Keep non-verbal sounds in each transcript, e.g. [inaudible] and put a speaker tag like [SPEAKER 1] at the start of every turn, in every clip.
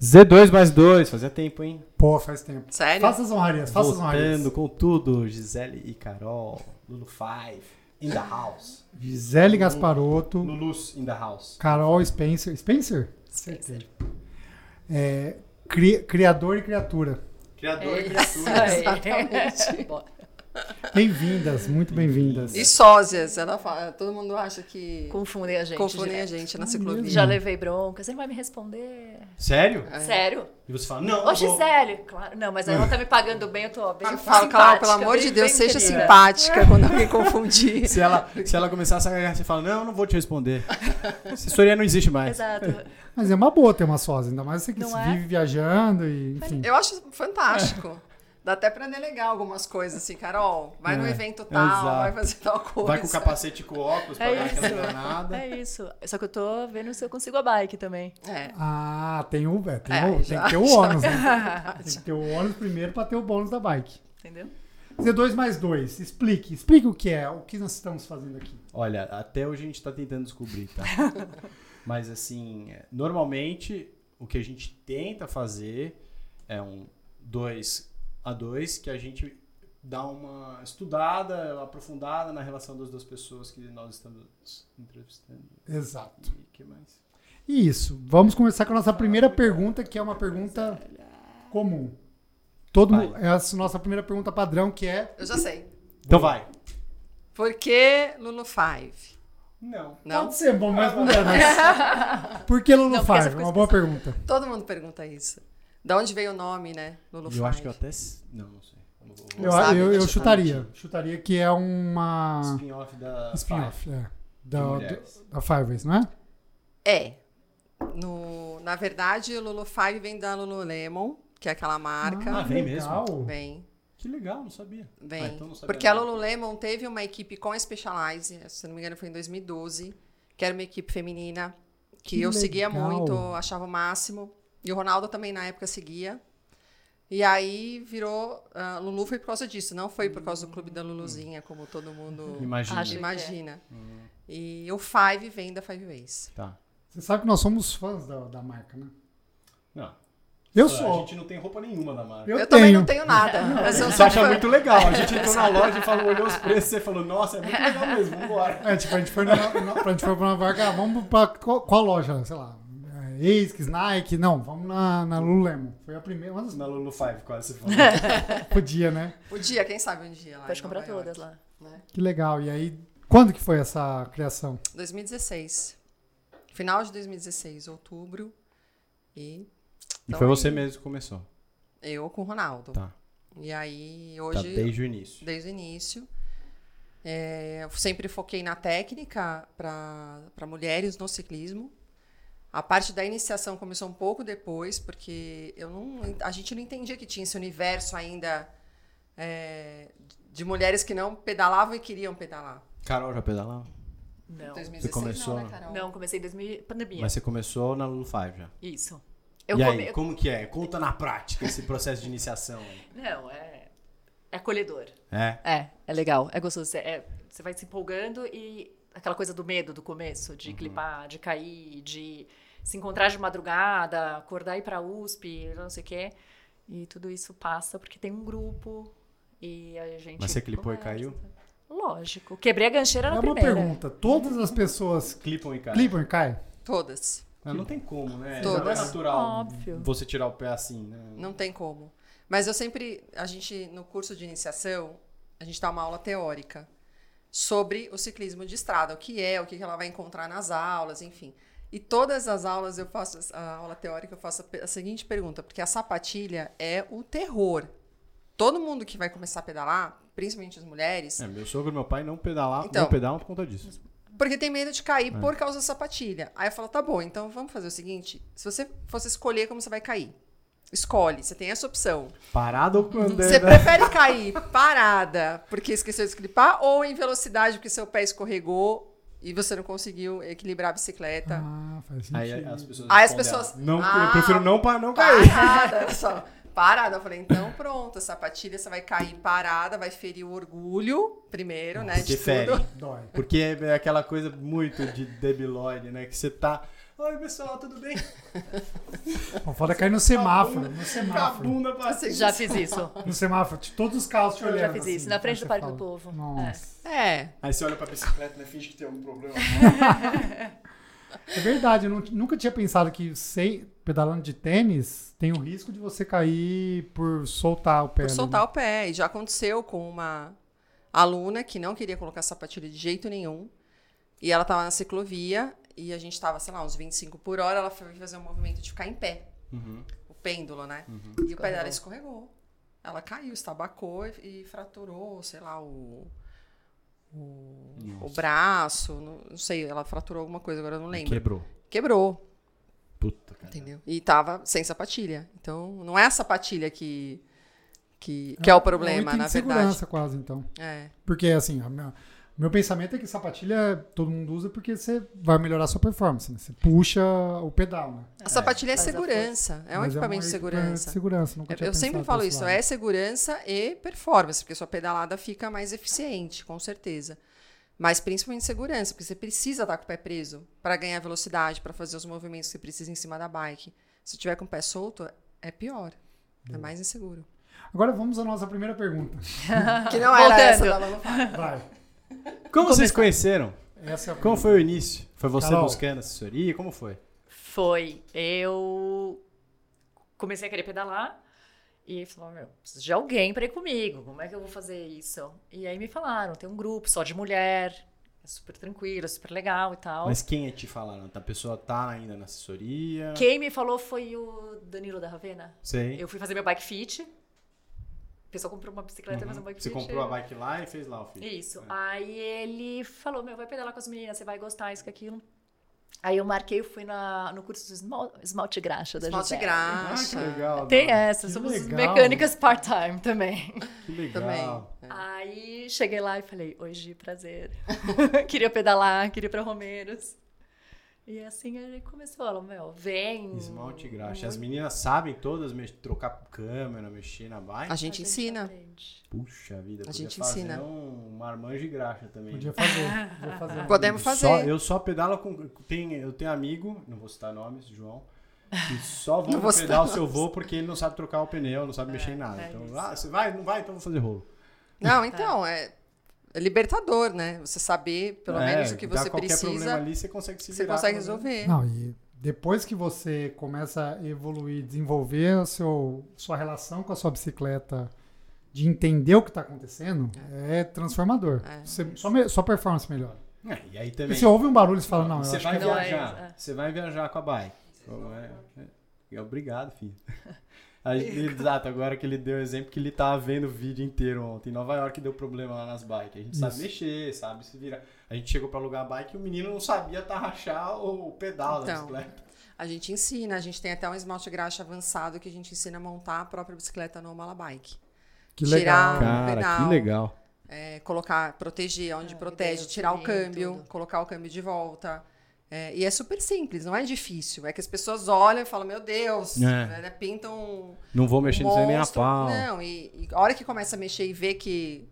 [SPEAKER 1] Z2 mais 2, fazia tempo, hein?
[SPEAKER 2] Pô, faz tempo.
[SPEAKER 3] Sério?
[SPEAKER 2] Faça as honrarias, faça as honrarias.
[SPEAKER 1] Voltando com tudo, Gisele e Carol, Lulu Five, in the house,
[SPEAKER 2] Gisele Gasparotto,
[SPEAKER 1] Lulus in the house.
[SPEAKER 2] Carol Spencer. Spencer?
[SPEAKER 3] Spencer.
[SPEAKER 2] É, cri- criador e criatura.
[SPEAKER 1] Criador e
[SPEAKER 4] É Isso
[SPEAKER 1] criatura.
[SPEAKER 3] [laughs]
[SPEAKER 4] aí. Bora.
[SPEAKER 2] Bem-vindas, muito bem-vindas.
[SPEAKER 3] E sósias, ela fala, todo mundo acha que
[SPEAKER 4] Confundem a gente.
[SPEAKER 3] confundem a
[SPEAKER 4] direto.
[SPEAKER 3] gente na ciclovia.
[SPEAKER 4] Já levei bronca, você não vai me responder.
[SPEAKER 1] Sério?
[SPEAKER 3] É. Tá
[SPEAKER 4] Sério?
[SPEAKER 1] E você fala, não,
[SPEAKER 4] Ô,
[SPEAKER 1] eu vou.
[SPEAKER 4] Gisele! Claro, não, mas ela não tá me pagando bem, eu tô bem.
[SPEAKER 3] Eu falo, Carol, pelo amor de Deus, seja simpática quando
[SPEAKER 4] [laughs]
[SPEAKER 3] alguém confundir.
[SPEAKER 1] Se ela, se ela começar a sacanear, você fala, não, eu não vou te
[SPEAKER 4] [laughs]
[SPEAKER 1] responder. Assessoria não existe mais.
[SPEAKER 4] Exato.
[SPEAKER 2] Mas é uma boa ter uma sósia, ainda mais você que
[SPEAKER 4] Não
[SPEAKER 2] se
[SPEAKER 4] é?
[SPEAKER 2] vive viajando e, enfim.
[SPEAKER 3] Eu acho fantástico. Dá até pra delegar algumas coisas, assim, Carol, vai no
[SPEAKER 1] É,
[SPEAKER 3] evento tal,
[SPEAKER 1] exato.
[SPEAKER 3] vai fazer tal coisa.
[SPEAKER 1] Vai com o capacete e com o óculos pra
[SPEAKER 4] É
[SPEAKER 1] dar aquela
[SPEAKER 4] isso.
[SPEAKER 1] enganada.
[SPEAKER 4] É isso. Só que eu tô vendo se eu consigo a bike também.
[SPEAKER 3] É,
[SPEAKER 2] Ah, tem o, é, tem,
[SPEAKER 3] [laughs] É,
[SPEAKER 2] o- tem
[SPEAKER 3] já-
[SPEAKER 2] que ter o
[SPEAKER 3] já-
[SPEAKER 2] ônus, né? Tem que ter o ônus primeiro pra ter o bônus da bike.
[SPEAKER 4] Entendeu?
[SPEAKER 2] Z2 mais 2, explique, explique o que é, o que nós estamos fazendo aqui.
[SPEAKER 1] Olha, até hoje a gente tá tentando descobrir, tá? Mas assim, é, normalmente o que a gente tenta fazer é um 2 a 2 que a gente dá uma estudada, aprofundada na relação das duas pessoas que nós estamos entrevistando.
[SPEAKER 2] Exato.
[SPEAKER 1] E o que mais?
[SPEAKER 2] Isso, vamos começar com a nossa primeira pergunta, que é uma pergunta comum. Todo
[SPEAKER 1] Vai.
[SPEAKER 2] mundo, é a nossa primeira pergunta padrão, que é
[SPEAKER 3] eu já sei.
[SPEAKER 1] Então vai.
[SPEAKER 3] Por que Lulu Five?
[SPEAKER 1] Não.
[SPEAKER 3] Não?
[SPEAKER 2] Pode ser bom, mas não é, mas... Por que Lulu
[SPEAKER 4] Não, porque essa
[SPEAKER 2] faz?
[SPEAKER 4] ficou
[SPEAKER 2] Uma boa pergunta.
[SPEAKER 3] Todo mundo pergunta isso. Da onde veio o nome, né? Lulu
[SPEAKER 1] Eu
[SPEAKER 3] Five.
[SPEAKER 1] acho que eu até. s- Não, não sei. Eu vou-
[SPEAKER 2] Eu,
[SPEAKER 1] vou-
[SPEAKER 3] sabe,
[SPEAKER 2] eu,
[SPEAKER 3] né,
[SPEAKER 2] eu
[SPEAKER 3] tipo,
[SPEAKER 2] chutaria. Chutaria que é uma
[SPEAKER 1] Spin-off um da.
[SPEAKER 2] spin-off, é. Da,
[SPEAKER 1] De
[SPEAKER 2] da,
[SPEAKER 1] mulheres.
[SPEAKER 2] da Five Ways, não é?
[SPEAKER 3] É. No, na verdade, o Lulu Five vem da Lululemon, que é aquela marca.
[SPEAKER 1] Ah, vem mesmo?
[SPEAKER 3] Vem,
[SPEAKER 1] Que legal, não sabia.
[SPEAKER 3] vem.
[SPEAKER 1] Ah, então não sabia
[SPEAKER 3] Porque a
[SPEAKER 1] nada.
[SPEAKER 3] Lululemon teve uma equipe com a Specialized, se não me engano foi em 2012, que era uma equipe feminina, que,
[SPEAKER 2] Que
[SPEAKER 3] eu seguia
[SPEAKER 2] legal.
[SPEAKER 3] muito, achava o máximo. E o Ronaldo também na época seguia. E aí virou. ah, Lulu foi por causa disso, não foi por causa do clube da Luluzinha, como todo mundo
[SPEAKER 1] [laughs] Imagina.
[SPEAKER 4] Acho-
[SPEAKER 3] imagina.
[SPEAKER 1] Hum.
[SPEAKER 3] E o Five vem da Five Ways.
[SPEAKER 1] Tá.
[SPEAKER 2] Você sabe que nós somos fãs da, da marca, né?
[SPEAKER 1] Não.
[SPEAKER 2] Eu
[SPEAKER 1] A
[SPEAKER 2] sou.
[SPEAKER 1] gente não tem roupa nenhuma da marca.
[SPEAKER 2] Eu,
[SPEAKER 3] também
[SPEAKER 2] tenho.
[SPEAKER 3] não
[SPEAKER 1] [laughs]
[SPEAKER 3] tenho nada. mas eu
[SPEAKER 1] Você
[SPEAKER 3] sou
[SPEAKER 1] acha
[SPEAKER 3] fã.
[SPEAKER 1] muito legal. A gente entrou
[SPEAKER 3] [laughs]
[SPEAKER 1] na loja e falou, olhou os preços e falou, nossa, é muito legal mesmo,
[SPEAKER 3] [laughs]
[SPEAKER 1] vambora.
[SPEAKER 2] É, tipo, a gente foi, na, na, a gente foi pra uma vaga, ah, vamos pra qual, qual loja? Sei lá, é, ASICS, Nike, não, vamos na, na Lululemon. Foi a primeira, uma das
[SPEAKER 1] Na Lulu Five quase
[SPEAKER 3] [laughs]
[SPEAKER 1] falou.
[SPEAKER 2] podia, né?
[SPEAKER 3] O dia, quem sabe um dia lá.
[SPEAKER 4] Pode
[SPEAKER 3] em
[SPEAKER 4] comprar
[SPEAKER 3] Nova York,
[SPEAKER 4] todas lá.
[SPEAKER 3] né?
[SPEAKER 2] Que legal. E aí, quando que foi essa criação?
[SPEAKER 3] 2016. Final de 2016, outubro. E.
[SPEAKER 1] E
[SPEAKER 3] então
[SPEAKER 1] foi
[SPEAKER 3] é
[SPEAKER 1] você
[SPEAKER 3] isso.
[SPEAKER 1] mesmo que começou.
[SPEAKER 3] Eu com o Ronaldo.
[SPEAKER 1] Tá.
[SPEAKER 3] E aí,
[SPEAKER 1] Tá,
[SPEAKER 3] hoje,
[SPEAKER 1] desde o início.
[SPEAKER 3] desde o início, é, eu sempre foquei na técnica para mulheres no ciclismo. A parte da iniciação começou um pouco depois, porque eu não, a gente não entendia que tinha esse universo ainda é, de mulheres que não pedalavam e queriam pedalar.
[SPEAKER 1] Carol já pedalava?
[SPEAKER 4] Não.
[SPEAKER 3] 2016
[SPEAKER 1] começou-
[SPEAKER 3] não, né, Carol?
[SPEAKER 4] Não, comecei em 2000, pandemia.
[SPEAKER 1] Mas você começou na Lulu Five já.
[SPEAKER 4] Isso. Eu
[SPEAKER 1] e
[SPEAKER 4] come-
[SPEAKER 1] aí, como que é? Conta na prática esse processo de iniciação. aí.
[SPEAKER 4] Não, é. É acolhedor.
[SPEAKER 1] É?
[SPEAKER 4] É, é legal, é gostoso. Você, é- você vai se empolgando e aquela coisa do medo do começo,
[SPEAKER 1] Uhum.
[SPEAKER 4] de clipar, de cair, de se encontrar de madrugada, acordar e ir pra USP, não sei o quê. E tudo isso passa porque tem um grupo e a gente.
[SPEAKER 1] Mas você clipou e
[SPEAKER 4] conversa.
[SPEAKER 1] caiu?
[SPEAKER 4] Lógico. Quebrei a gancheira
[SPEAKER 2] É
[SPEAKER 4] na
[SPEAKER 2] uma
[SPEAKER 4] primeira.
[SPEAKER 2] pergunta. Todas as pessoas
[SPEAKER 1] Clipam e caem.
[SPEAKER 2] clipam e caem?
[SPEAKER 3] Todas.
[SPEAKER 1] Ah, não tem como, né?
[SPEAKER 3] Todas.
[SPEAKER 1] Não é natural
[SPEAKER 4] Óbvio.
[SPEAKER 1] você tirar o pé assim, né?
[SPEAKER 3] Não tem como. Mas eu sempre, a gente no curso de iniciação, a gente dá uma aula teórica sobre o ciclismo de estrada, o que é, o que que ela vai encontrar nas aulas, enfim. E todas as aulas eu faço a aula teórica, eu faço a pe- a seguinte pergunta, porque a sapatilha é o terror. Todo mundo que vai começar a pedalar, principalmente as mulheres,
[SPEAKER 1] É, meu sogro e meu pai não pedalavam,
[SPEAKER 3] Então.
[SPEAKER 1] não pedalam por conta disso.
[SPEAKER 3] porque tem medo de cair por causa da sapatilha. Aí eu falo, tá bom, então vamos fazer o seguinte, se você fosse escolher como você vai cair, escolhe, você tem essa opção.
[SPEAKER 1] Parado ou andando?
[SPEAKER 3] Você [laughs] prefere cair parada porque esqueceu de clipar ou em velocidade porque seu pé escorregou e você não conseguiu equilibrar a
[SPEAKER 4] Tá.
[SPEAKER 3] bicicleta?
[SPEAKER 2] Ah, faz sentido.
[SPEAKER 1] Aí as pessoas.
[SPEAKER 3] Aí as
[SPEAKER 1] respondem,
[SPEAKER 3] pessoas-
[SPEAKER 1] Não,
[SPEAKER 3] Ah.
[SPEAKER 1] eu prefiro não, pa- não cair.
[SPEAKER 3] Parada, olha só. Parada. Eu falei, então pronto, a sapatilha você vai cair parada, vai ferir o orgulho primeiro, né?
[SPEAKER 1] Porque
[SPEAKER 3] De
[SPEAKER 1] fere.
[SPEAKER 3] tudo.
[SPEAKER 2] Dói.
[SPEAKER 1] Porque é aquela coisa muito de debilóide, né? Que você tá. Oi, pessoal, tudo [laughs] bem?
[SPEAKER 2] O foda é cair no semáforo. No semáforo.
[SPEAKER 1] Com a bunda pra cima.
[SPEAKER 4] Já fiz isso.
[SPEAKER 2] No semáforo, de todos os carros te
[SPEAKER 4] Eu já
[SPEAKER 2] olhando.
[SPEAKER 4] fiz
[SPEAKER 2] assim,
[SPEAKER 4] isso, na frente
[SPEAKER 2] aí
[SPEAKER 4] do
[SPEAKER 2] você
[SPEAKER 4] Parque
[SPEAKER 2] fala,
[SPEAKER 4] do Povo.
[SPEAKER 2] Nossa.
[SPEAKER 3] É.
[SPEAKER 1] Aí você olha pra bicicleta, né? Finge que tem algum problema.
[SPEAKER 2] É, verdade, eu não- nunca tinha pensado que sem, pedalando de tênis tem o risco de você cair por soltar o pé.
[SPEAKER 3] Por
[SPEAKER 2] ali,
[SPEAKER 3] soltar
[SPEAKER 2] né?
[SPEAKER 3] o pé. E já aconteceu com uma aluna que não queria colocar sapatilha de jeito nenhum. E ela tava na ciclovia e a gente tava, sei lá, uns 25 por hora. Ela foi fazer um movimento de ficar em pé.
[SPEAKER 1] Uhum.
[SPEAKER 3] O pêndulo, né? E o pé dela escorregou. Ela caiu, estabacou e, e fraturou, sei lá, o. O, o braço, não, não sei, ela fraturou alguma coisa, agora eu não lembro.
[SPEAKER 1] Quebrou.
[SPEAKER 3] Quebrou.
[SPEAKER 1] Puta, cara.
[SPEAKER 3] Entendeu? E tava sem sapatilha. Então, não é a sapatilha que, que, que é o
[SPEAKER 2] um
[SPEAKER 3] problema,
[SPEAKER 2] item
[SPEAKER 3] na
[SPEAKER 2] de
[SPEAKER 3] verdade.
[SPEAKER 2] segurança quase, então.
[SPEAKER 3] É.
[SPEAKER 2] Porque, assim, a minha- meu pensamento é que sapatilha todo mundo usa porque você vai melhorar a sua performance, né? Você puxa o pedal, né?
[SPEAKER 3] A sapatilha é
[SPEAKER 4] faz a
[SPEAKER 3] segurança, é um
[SPEAKER 2] Mas
[SPEAKER 3] equipamento de segurança.
[SPEAKER 2] segurança, nunca tinha
[SPEAKER 3] Eu sempre
[SPEAKER 2] pensado
[SPEAKER 3] falo
[SPEAKER 2] por esse
[SPEAKER 3] isso,
[SPEAKER 2] lado.
[SPEAKER 3] é segurança e performance, porque sua pedalada fica mais eficiente, com certeza. Mas principalmente segurança, porque você precisa estar com o pé preso para ganhar velocidade, para fazer os movimentos que você precisa em cima da bike. Se tiver com o pé solto, é pior. É mais
[SPEAKER 4] [laughs]
[SPEAKER 3] inseguro.
[SPEAKER 2] Agora vamos à nossa primeira pergunta.
[SPEAKER 3] Que não era essa da
[SPEAKER 4] Voltando.
[SPEAKER 3] Lalo
[SPEAKER 2] Vai.
[SPEAKER 1] Como vocês conheceram?
[SPEAKER 2] Essa é a
[SPEAKER 1] Como foi o início? Foi você
[SPEAKER 2] Carol.
[SPEAKER 1] buscando assessoria? Como foi?
[SPEAKER 4] Foi. Eu comecei a querer pedalar e falou, meu, preciso de alguém para ir comigo. Como é que eu vou fazer isso? E aí me falaram, tem um grupo só de mulher, é super tranquilo, é super legal e tal.
[SPEAKER 1] Mas quem é te falaram? A pessoa tá ainda na assessoria?
[SPEAKER 4] Quem me falou foi o Danilo da Ravena.
[SPEAKER 1] Sei.
[SPEAKER 4] Eu fui fazer meu bike fit. O pessoal comprou uma bicicleta e
[SPEAKER 1] Uhum.
[SPEAKER 4] fazer um bike
[SPEAKER 1] Você
[SPEAKER 4] fit.
[SPEAKER 1] comprou a bike É. lá e fez lá o filho.
[SPEAKER 4] Isso. Aí ele falou: Meu, vai pedalar com as meninas, você vai gostar, isso que aquilo. Aí eu marquei, eu fui na, no curso de esmal- esmalte graxa da
[SPEAKER 3] Esmalte
[SPEAKER 4] Gisele.
[SPEAKER 1] Ah, que
[SPEAKER 3] graxa.
[SPEAKER 1] legal.
[SPEAKER 4] Tem
[SPEAKER 1] Dani.
[SPEAKER 4] essa,
[SPEAKER 2] Que
[SPEAKER 4] somos
[SPEAKER 2] legal.
[SPEAKER 4] mecânicas part-time também.
[SPEAKER 1] Que legal.
[SPEAKER 3] Também. é.
[SPEAKER 4] Aí cheguei lá e falei: Oi, Gi, [laughs] prazer. queria pedalar, queria ir pra Romeiros. E assim ele começou: ela, Meu, vem.
[SPEAKER 1] Esmalte e graxa. As meninas sabem todas mex- trocar câmera, mexer na bike?
[SPEAKER 3] A gente ensina.
[SPEAKER 4] aprende.
[SPEAKER 1] Puxa vida,
[SPEAKER 3] A
[SPEAKER 1] podia
[SPEAKER 3] gente
[SPEAKER 1] fazer
[SPEAKER 3] ensina.
[SPEAKER 1] um marmanjo de graxa também.
[SPEAKER 2] Podia fazer. Podia fazer.
[SPEAKER 3] Podemos
[SPEAKER 1] Só-
[SPEAKER 3] fazer.
[SPEAKER 1] eu só pedalo com. Tem, eu tenho amigo, não vou citar nomes, João, que só vou
[SPEAKER 3] Não vou
[SPEAKER 1] no
[SPEAKER 3] citar
[SPEAKER 1] pedal se eu vou porque ele não sabe trocar o pneu, não sabe mexer em nada.
[SPEAKER 4] é
[SPEAKER 1] então,
[SPEAKER 4] isso.
[SPEAKER 1] ah, você vai? Não vai? Então vou fazer rolo.
[SPEAKER 3] Não, então, é é libertador, né? Você saber pelo
[SPEAKER 1] É,
[SPEAKER 3] menos o que
[SPEAKER 1] dá
[SPEAKER 3] você
[SPEAKER 1] qualquer problema
[SPEAKER 3] precisa,
[SPEAKER 1] ali, você consegue se
[SPEAKER 3] você
[SPEAKER 1] virar.
[SPEAKER 3] consegue
[SPEAKER 1] com-
[SPEAKER 3] resolver.
[SPEAKER 2] Não, e depois que você começa a evoluir, desenvolver o seu, sua relação com a sua bicicleta, de entender o que está acontecendo, é, transformador.
[SPEAKER 3] É.
[SPEAKER 2] Você- sua, me- sua performance melhora.
[SPEAKER 1] É, e aí
[SPEAKER 2] Porque
[SPEAKER 1] também.
[SPEAKER 2] você ouve um barulho e você fala, não, eu
[SPEAKER 1] você
[SPEAKER 2] acho
[SPEAKER 1] vai
[SPEAKER 4] que não é
[SPEAKER 1] viajar.
[SPEAKER 4] isso, é.
[SPEAKER 1] Você vai viajar com a bike. Como é? É, Obrigado, filho. [laughs] A gente- Exato, agora que ele deu o exemplo que ele tava vendo o vídeo inteiro ontem. Em Nova York deu problema lá nas bikes. A gente sabe
[SPEAKER 2] Isso.
[SPEAKER 1] mexer, sabe se virar. A gente chegou pra alugar a bike e o menino não sabia tarrachar o pedal da
[SPEAKER 3] Então.
[SPEAKER 1] bicicleta.
[SPEAKER 3] A gente ensina, a gente tem até um esmalte graxa avançado que a gente ensina a montar a própria bicicleta no Malabike.
[SPEAKER 2] que
[SPEAKER 3] tirar-
[SPEAKER 2] legal.
[SPEAKER 3] um Cara, Ah, pedal. que
[SPEAKER 1] legal.
[SPEAKER 3] É, colocar, proteger onde
[SPEAKER 4] Ah,
[SPEAKER 3] protege,
[SPEAKER 4] ideia,
[SPEAKER 3] tirar o
[SPEAKER 4] sim,
[SPEAKER 3] câmbio,
[SPEAKER 4] tudo.
[SPEAKER 3] colocar o câmbio de volta. É, e é super simples, não é difícil. É que as pessoas olham e falam, meu Deus,
[SPEAKER 1] É.
[SPEAKER 3] né, pintam um
[SPEAKER 1] Não vou
[SPEAKER 3] monstro.
[SPEAKER 1] É,
[SPEAKER 3] Não, e, e a hora que começa a mexer e vê que,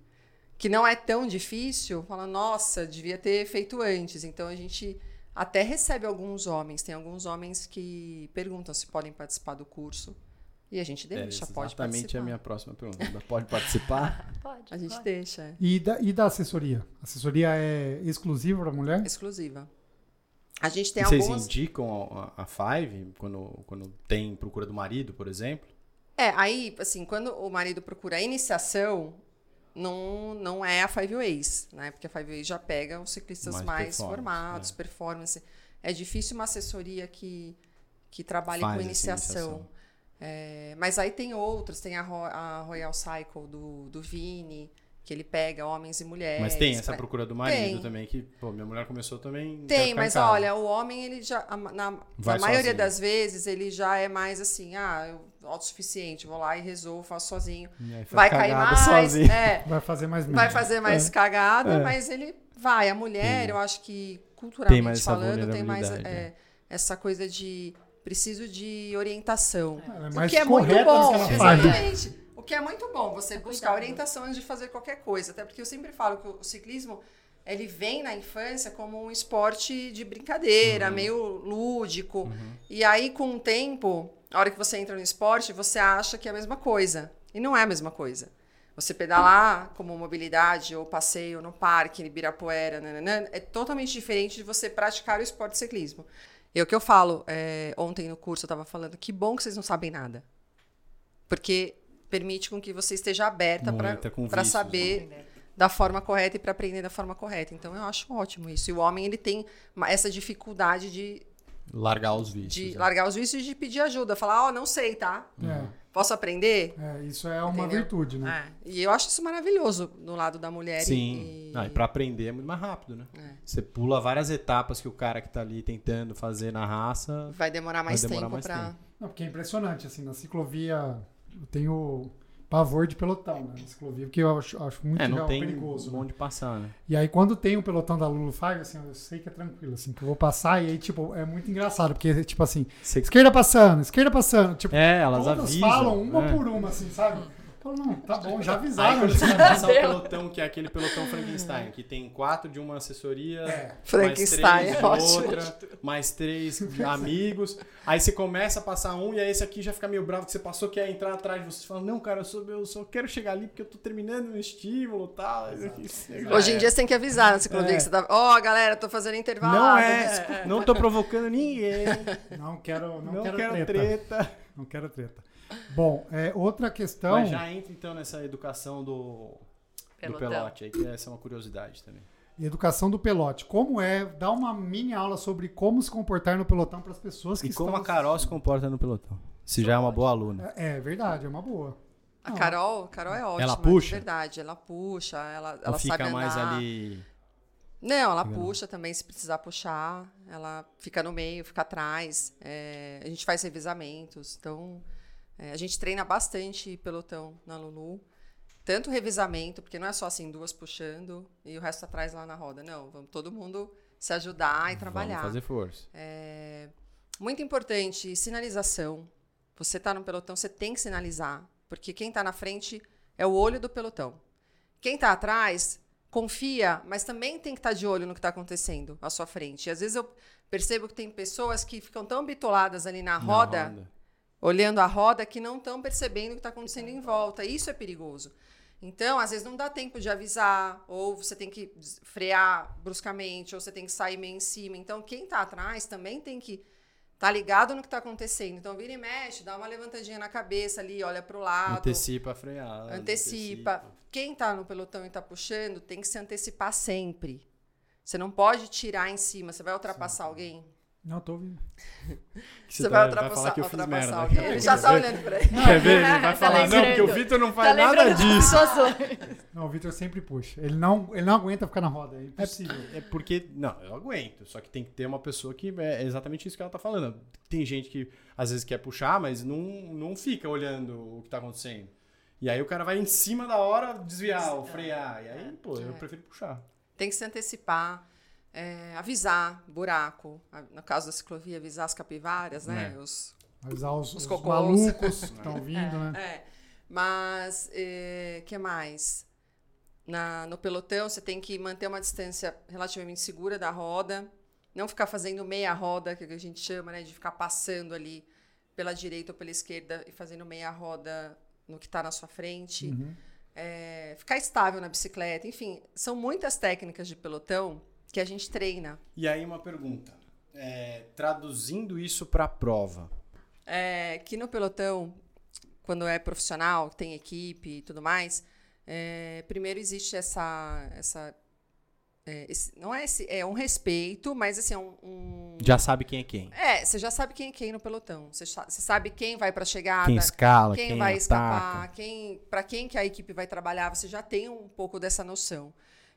[SPEAKER 3] que não é tão difícil, fala, nossa, devia ter feito antes. Então a gente até recebe alguns homens, tem alguns homens que perguntam se podem participar do curso. E a gente
[SPEAKER 1] É,
[SPEAKER 3] deixa, pode
[SPEAKER 1] exatamente
[SPEAKER 3] participar.
[SPEAKER 1] a minha próxima pergunta. Pode participar?
[SPEAKER 4] Ah, Pode.
[SPEAKER 3] A gente
[SPEAKER 4] pode.
[SPEAKER 3] deixa, é.
[SPEAKER 2] E da, e da assessoria? Assessoria é exclusiva para mulher?
[SPEAKER 3] é exclusiva. A gente [laughs] tem
[SPEAKER 1] Vocês
[SPEAKER 3] alguns.
[SPEAKER 1] indicam a, a- a Five quando, quando tem procura do marido, por exemplo?
[SPEAKER 3] É, aí, assim, quando o marido procura a iniciação, não, não é a Five Ways, né? Porque a Five Ways já pega os ciclistas
[SPEAKER 1] Mais
[SPEAKER 3] mais,
[SPEAKER 1] performance,
[SPEAKER 3] formados, performance. É difícil uma assessoria que, que trabalhe
[SPEAKER 1] Faz assim,
[SPEAKER 3] com
[SPEAKER 1] essa
[SPEAKER 3] iniciação. É, mas aí tem outros, tem a, Ro- a Royal Cycle do, do Vini, que ele pega homens e mulheres.
[SPEAKER 1] Mas tem essa
[SPEAKER 3] pra-
[SPEAKER 1] procura do marido
[SPEAKER 3] É, Tem.
[SPEAKER 1] também, que, pô, minha mulher começou também. quero
[SPEAKER 3] tem,
[SPEAKER 1] ficar em
[SPEAKER 3] mas
[SPEAKER 1] casa.
[SPEAKER 3] olha, o homem, ele já. a ma- na, na
[SPEAKER 1] Vai
[SPEAKER 3] maioria
[SPEAKER 1] sozinho.
[SPEAKER 3] das vezes, ele já é mais assim, ah, eu autossuficiente, vou lá e resolvo, faço sozinho.
[SPEAKER 1] E aí faz
[SPEAKER 3] vai cair
[SPEAKER 1] cagada
[SPEAKER 3] mais,
[SPEAKER 1] sozinho.
[SPEAKER 3] é,
[SPEAKER 2] Vai fazer mais menos.
[SPEAKER 3] vai fazer mais cagada,
[SPEAKER 1] É.
[SPEAKER 3] mas ele vai. A mulher, eu acho que
[SPEAKER 1] Tem mais
[SPEAKER 3] culturalmente
[SPEAKER 1] essa
[SPEAKER 3] falando, tem mais
[SPEAKER 1] vulnerabilidade,
[SPEAKER 3] é, essa coisa de preciso de orientação.
[SPEAKER 2] Ela é
[SPEAKER 3] O
[SPEAKER 2] mais
[SPEAKER 3] que é muito
[SPEAKER 2] correta do
[SPEAKER 3] bom,
[SPEAKER 2] que ela faz. É
[SPEAKER 3] exatamente. O que é muito bom, você buscar orientação antes de fazer qualquer coisa. Até porque eu sempre falo que o ciclismo ele vem na infância como um esporte de brincadeira,
[SPEAKER 1] Uhum.
[SPEAKER 3] meio lúdico.
[SPEAKER 1] Uhum.
[SPEAKER 3] E aí, com o tempo, a hora que você entra no esporte, você acha que é a mesma coisa. E não é a mesma coisa. Você pedalar como mobilidade ou passeio no parque, em Ibirapuera, nananã, é totalmente diferente de você praticar o esporte de ciclismo. E é o que eu falo, é, ontem no curso eu estava falando, que bom que vocês não sabem nada. Porque permite com que você esteja aberta
[SPEAKER 1] Muito,
[SPEAKER 3] para
[SPEAKER 1] é com vícios,
[SPEAKER 3] para
[SPEAKER 1] né?
[SPEAKER 3] saber
[SPEAKER 4] Entendeu?
[SPEAKER 3] da forma correta e para aprender da forma correta. Então eu acho ótimo isso. E o homem ele tem uma- essa dificuldade de,
[SPEAKER 1] Largar os né? vídeos.
[SPEAKER 3] de largar os vícios e de pedir ajuda, falar, ó, não sei, tá?
[SPEAKER 2] É,
[SPEAKER 3] Posso aprender?
[SPEAKER 2] é, isso é uma
[SPEAKER 3] Entendeu?
[SPEAKER 2] virtude, né?
[SPEAKER 3] É. E eu acho isso maravilhoso no lado da mulher. e-
[SPEAKER 1] Sim.
[SPEAKER 3] E...
[SPEAKER 1] Ah, e pra aprender é muito mais rápido, né?
[SPEAKER 3] É.
[SPEAKER 1] Você pula várias etapas que o cara que tá ali tentando fazer na raça.
[SPEAKER 3] Vai demorar mais
[SPEAKER 1] demorar
[SPEAKER 3] tempo
[SPEAKER 1] mais
[SPEAKER 3] para.
[SPEAKER 2] Não, porque é impressionante, assim, na ciclovia eu tenho pavor de pelotão, né? Na ciclovia, porque eu acho, acho muito
[SPEAKER 1] é, não
[SPEAKER 2] real,
[SPEAKER 1] tem
[SPEAKER 2] perigoso. né?
[SPEAKER 1] onde passar, né?
[SPEAKER 2] E aí, quando tem o pelotão da Lulu Five, assim, eu sei que é tranquilo, assim, que eu vou passar, e aí, tipo, é muito engraçado, porque, tipo assim,
[SPEAKER 1] Você-
[SPEAKER 2] esquerda passando, esquerda passando, tipo,
[SPEAKER 1] É, elas
[SPEAKER 2] todas
[SPEAKER 1] avisam.
[SPEAKER 2] falam uma
[SPEAKER 1] é.
[SPEAKER 2] por uma, assim, sabe? Eu falo, não, tá bom, já
[SPEAKER 1] Aí
[SPEAKER 2] avisaram.
[SPEAKER 1] quando você
[SPEAKER 2] já.
[SPEAKER 1] vai passar o pelotão, que é aquele pelotão Frankenstein, que tem quatro de uma assessoria,
[SPEAKER 3] Frankenstein
[SPEAKER 1] mais
[SPEAKER 3] é
[SPEAKER 1] três de
[SPEAKER 3] ótimo.
[SPEAKER 1] outra, mais três de amigos. Aí você começa a passar um, e aí esse aqui já fica meio bravo que você passou, quer entrar atrás de você. Você fala, não, cara, eu, sou, eu só quero chegar ali porque eu tô terminando um estímulo e tal.
[SPEAKER 3] Hoje em dia você tem que avisar na ciclovia
[SPEAKER 1] É.
[SPEAKER 3] que você tá. Ó, galera, tô fazendo intervalo.
[SPEAKER 1] Não é,
[SPEAKER 3] né? desculpa.
[SPEAKER 1] não tô provocando [laughs] ninguém,
[SPEAKER 2] Não quero, não,
[SPEAKER 1] não,
[SPEAKER 2] quero,
[SPEAKER 1] quero
[SPEAKER 2] treta.
[SPEAKER 1] treta.
[SPEAKER 2] Não quero treta. Bom, é, outra questão.
[SPEAKER 1] Mas já entra então nessa educação do, do
[SPEAKER 4] Pelotão.
[SPEAKER 1] pelote aí, que essa é uma curiosidade também.
[SPEAKER 2] Educação do pelote. Como é? Dá uma mini aula sobre como se comportar no pelotão para as pessoas que
[SPEAKER 1] E como
[SPEAKER 2] estão
[SPEAKER 1] a Carol se comporta no pelotão? Se já é uma boa aluna.
[SPEAKER 2] assistindo. É, é verdade, é uma boa.
[SPEAKER 3] A
[SPEAKER 2] Não.
[SPEAKER 3] Carol, Carol é ótima.
[SPEAKER 1] puxa?
[SPEAKER 3] De verdade, ela puxa, ela,
[SPEAKER 1] Ou
[SPEAKER 3] ela
[SPEAKER 1] fica
[SPEAKER 3] sabe andar.
[SPEAKER 1] mais ali.
[SPEAKER 3] Não, ela
[SPEAKER 1] Legal.
[SPEAKER 3] puxa também, se precisar puxar. Ela fica no meio, fica atrás. é, a gente faz revisamentos. Então, é, a gente treina bastante pelotão na Lulu. Tanto revisamento, porque não é só assim, duas puxando e o resto atrás lá na roda. Não, vamos todo mundo se ajudar e trabalhar.
[SPEAKER 1] Vamos fazer força.
[SPEAKER 3] É, muito importante, sinalização. Você está no pelotão, você tem que sinalizar, porque quem está na frente é o olho do pelotão. Quem está atrás confia, mas também tem que estar de olho no que está acontecendo à sua frente. E às vezes eu percebo que tem pessoas que ficam tão bitoladas ali na roda, olhando a roda, que não estão percebendo o que está acontecendo em volta. Isso é perigoso. Então, às vezes não dá tempo de avisar, ou você tem que des- frear bruscamente, ou você tem que sair meio em cima. Então, quem está atrás também tem que estar ligado no que está acontecendo. Então, vira e mexe, dá uma levantadinha na cabeça ali, olha para o lado.
[SPEAKER 1] Antecipa a freada.
[SPEAKER 3] Antecipa. Quem tá no pelotão e tá puxando tem que se antecipar sempre. Você não pode tirar em cima. Você vai ultrapassar alguém?
[SPEAKER 2] Não, tô ouvindo.
[SPEAKER 1] Que
[SPEAKER 3] Você,
[SPEAKER 1] tá- falar
[SPEAKER 3] vai ultrapassar,
[SPEAKER 1] que eu fiz
[SPEAKER 3] ultrapassar
[SPEAKER 1] merda.
[SPEAKER 3] alguém.
[SPEAKER 1] [laughs]
[SPEAKER 3] Ele já tá olhando pra ele.
[SPEAKER 1] Quer ver? Ele vai
[SPEAKER 4] Tá
[SPEAKER 1] falar, não, porque o
[SPEAKER 4] lembrando.
[SPEAKER 1] Vitor não
[SPEAKER 4] Tá
[SPEAKER 1] faz nada
[SPEAKER 4] lembrando
[SPEAKER 1] disso.
[SPEAKER 4] das pessoas hoje.
[SPEAKER 2] Não, o Vitor sempre puxa. Ele não, ele não aguenta ficar na roda, é impossível.
[SPEAKER 1] É porque, não, eu aguento. Só que tem que ter uma pessoa que é exatamente isso que ela tá falando. Tem gente que às vezes quer puxar, mas não, não fica olhando o que tá acontecendo. E aí o cara vai em cima da hora desviar ou frear. E aí, pô, eu
[SPEAKER 3] É.
[SPEAKER 1] prefiro puxar.
[SPEAKER 3] Tem que se antecipar, é, avisar buraco. A- No caso da ciclovia, avisar as capivaras, né? Os,
[SPEAKER 1] É
[SPEAKER 2] Avisar os,
[SPEAKER 3] Os
[SPEAKER 2] os
[SPEAKER 3] cocôs.
[SPEAKER 2] malucos
[SPEAKER 1] [laughs]
[SPEAKER 2] que estão vindo, né?
[SPEAKER 3] é. Mas, o que mais? Na, no pelotão, você tem que manter uma distância relativamente segura da roda. Não ficar fazendo meia roda, que a gente chama, né? De ficar passando ali pela direita ou pela esquerda e fazendo meia roda no que está na sua frente.
[SPEAKER 2] Uhum.
[SPEAKER 3] É, ficar estável na bicicleta. Enfim, são muitas técnicas de pelotão que a gente treina.
[SPEAKER 1] E aí uma pergunta. É, traduzindo isso pra prova.
[SPEAKER 3] É, que no pelotão, quando é profissional, tem equipe e tudo mais, é, primeiro existe essa. essa é, esse- não é esse, é um respeito, mas assim, é um. um-
[SPEAKER 1] Já sabe quem é quem.
[SPEAKER 3] É, você já sabe quem é quem no pelotão. Você, sa- você sabe quem vai pra chegada,
[SPEAKER 1] Quem escala,
[SPEAKER 3] quem
[SPEAKER 1] quem,
[SPEAKER 3] vai
[SPEAKER 1] ataca.
[SPEAKER 3] escapar, quem, para quem que a equipe vai trabalhar, você já tem um pouco dessa noção.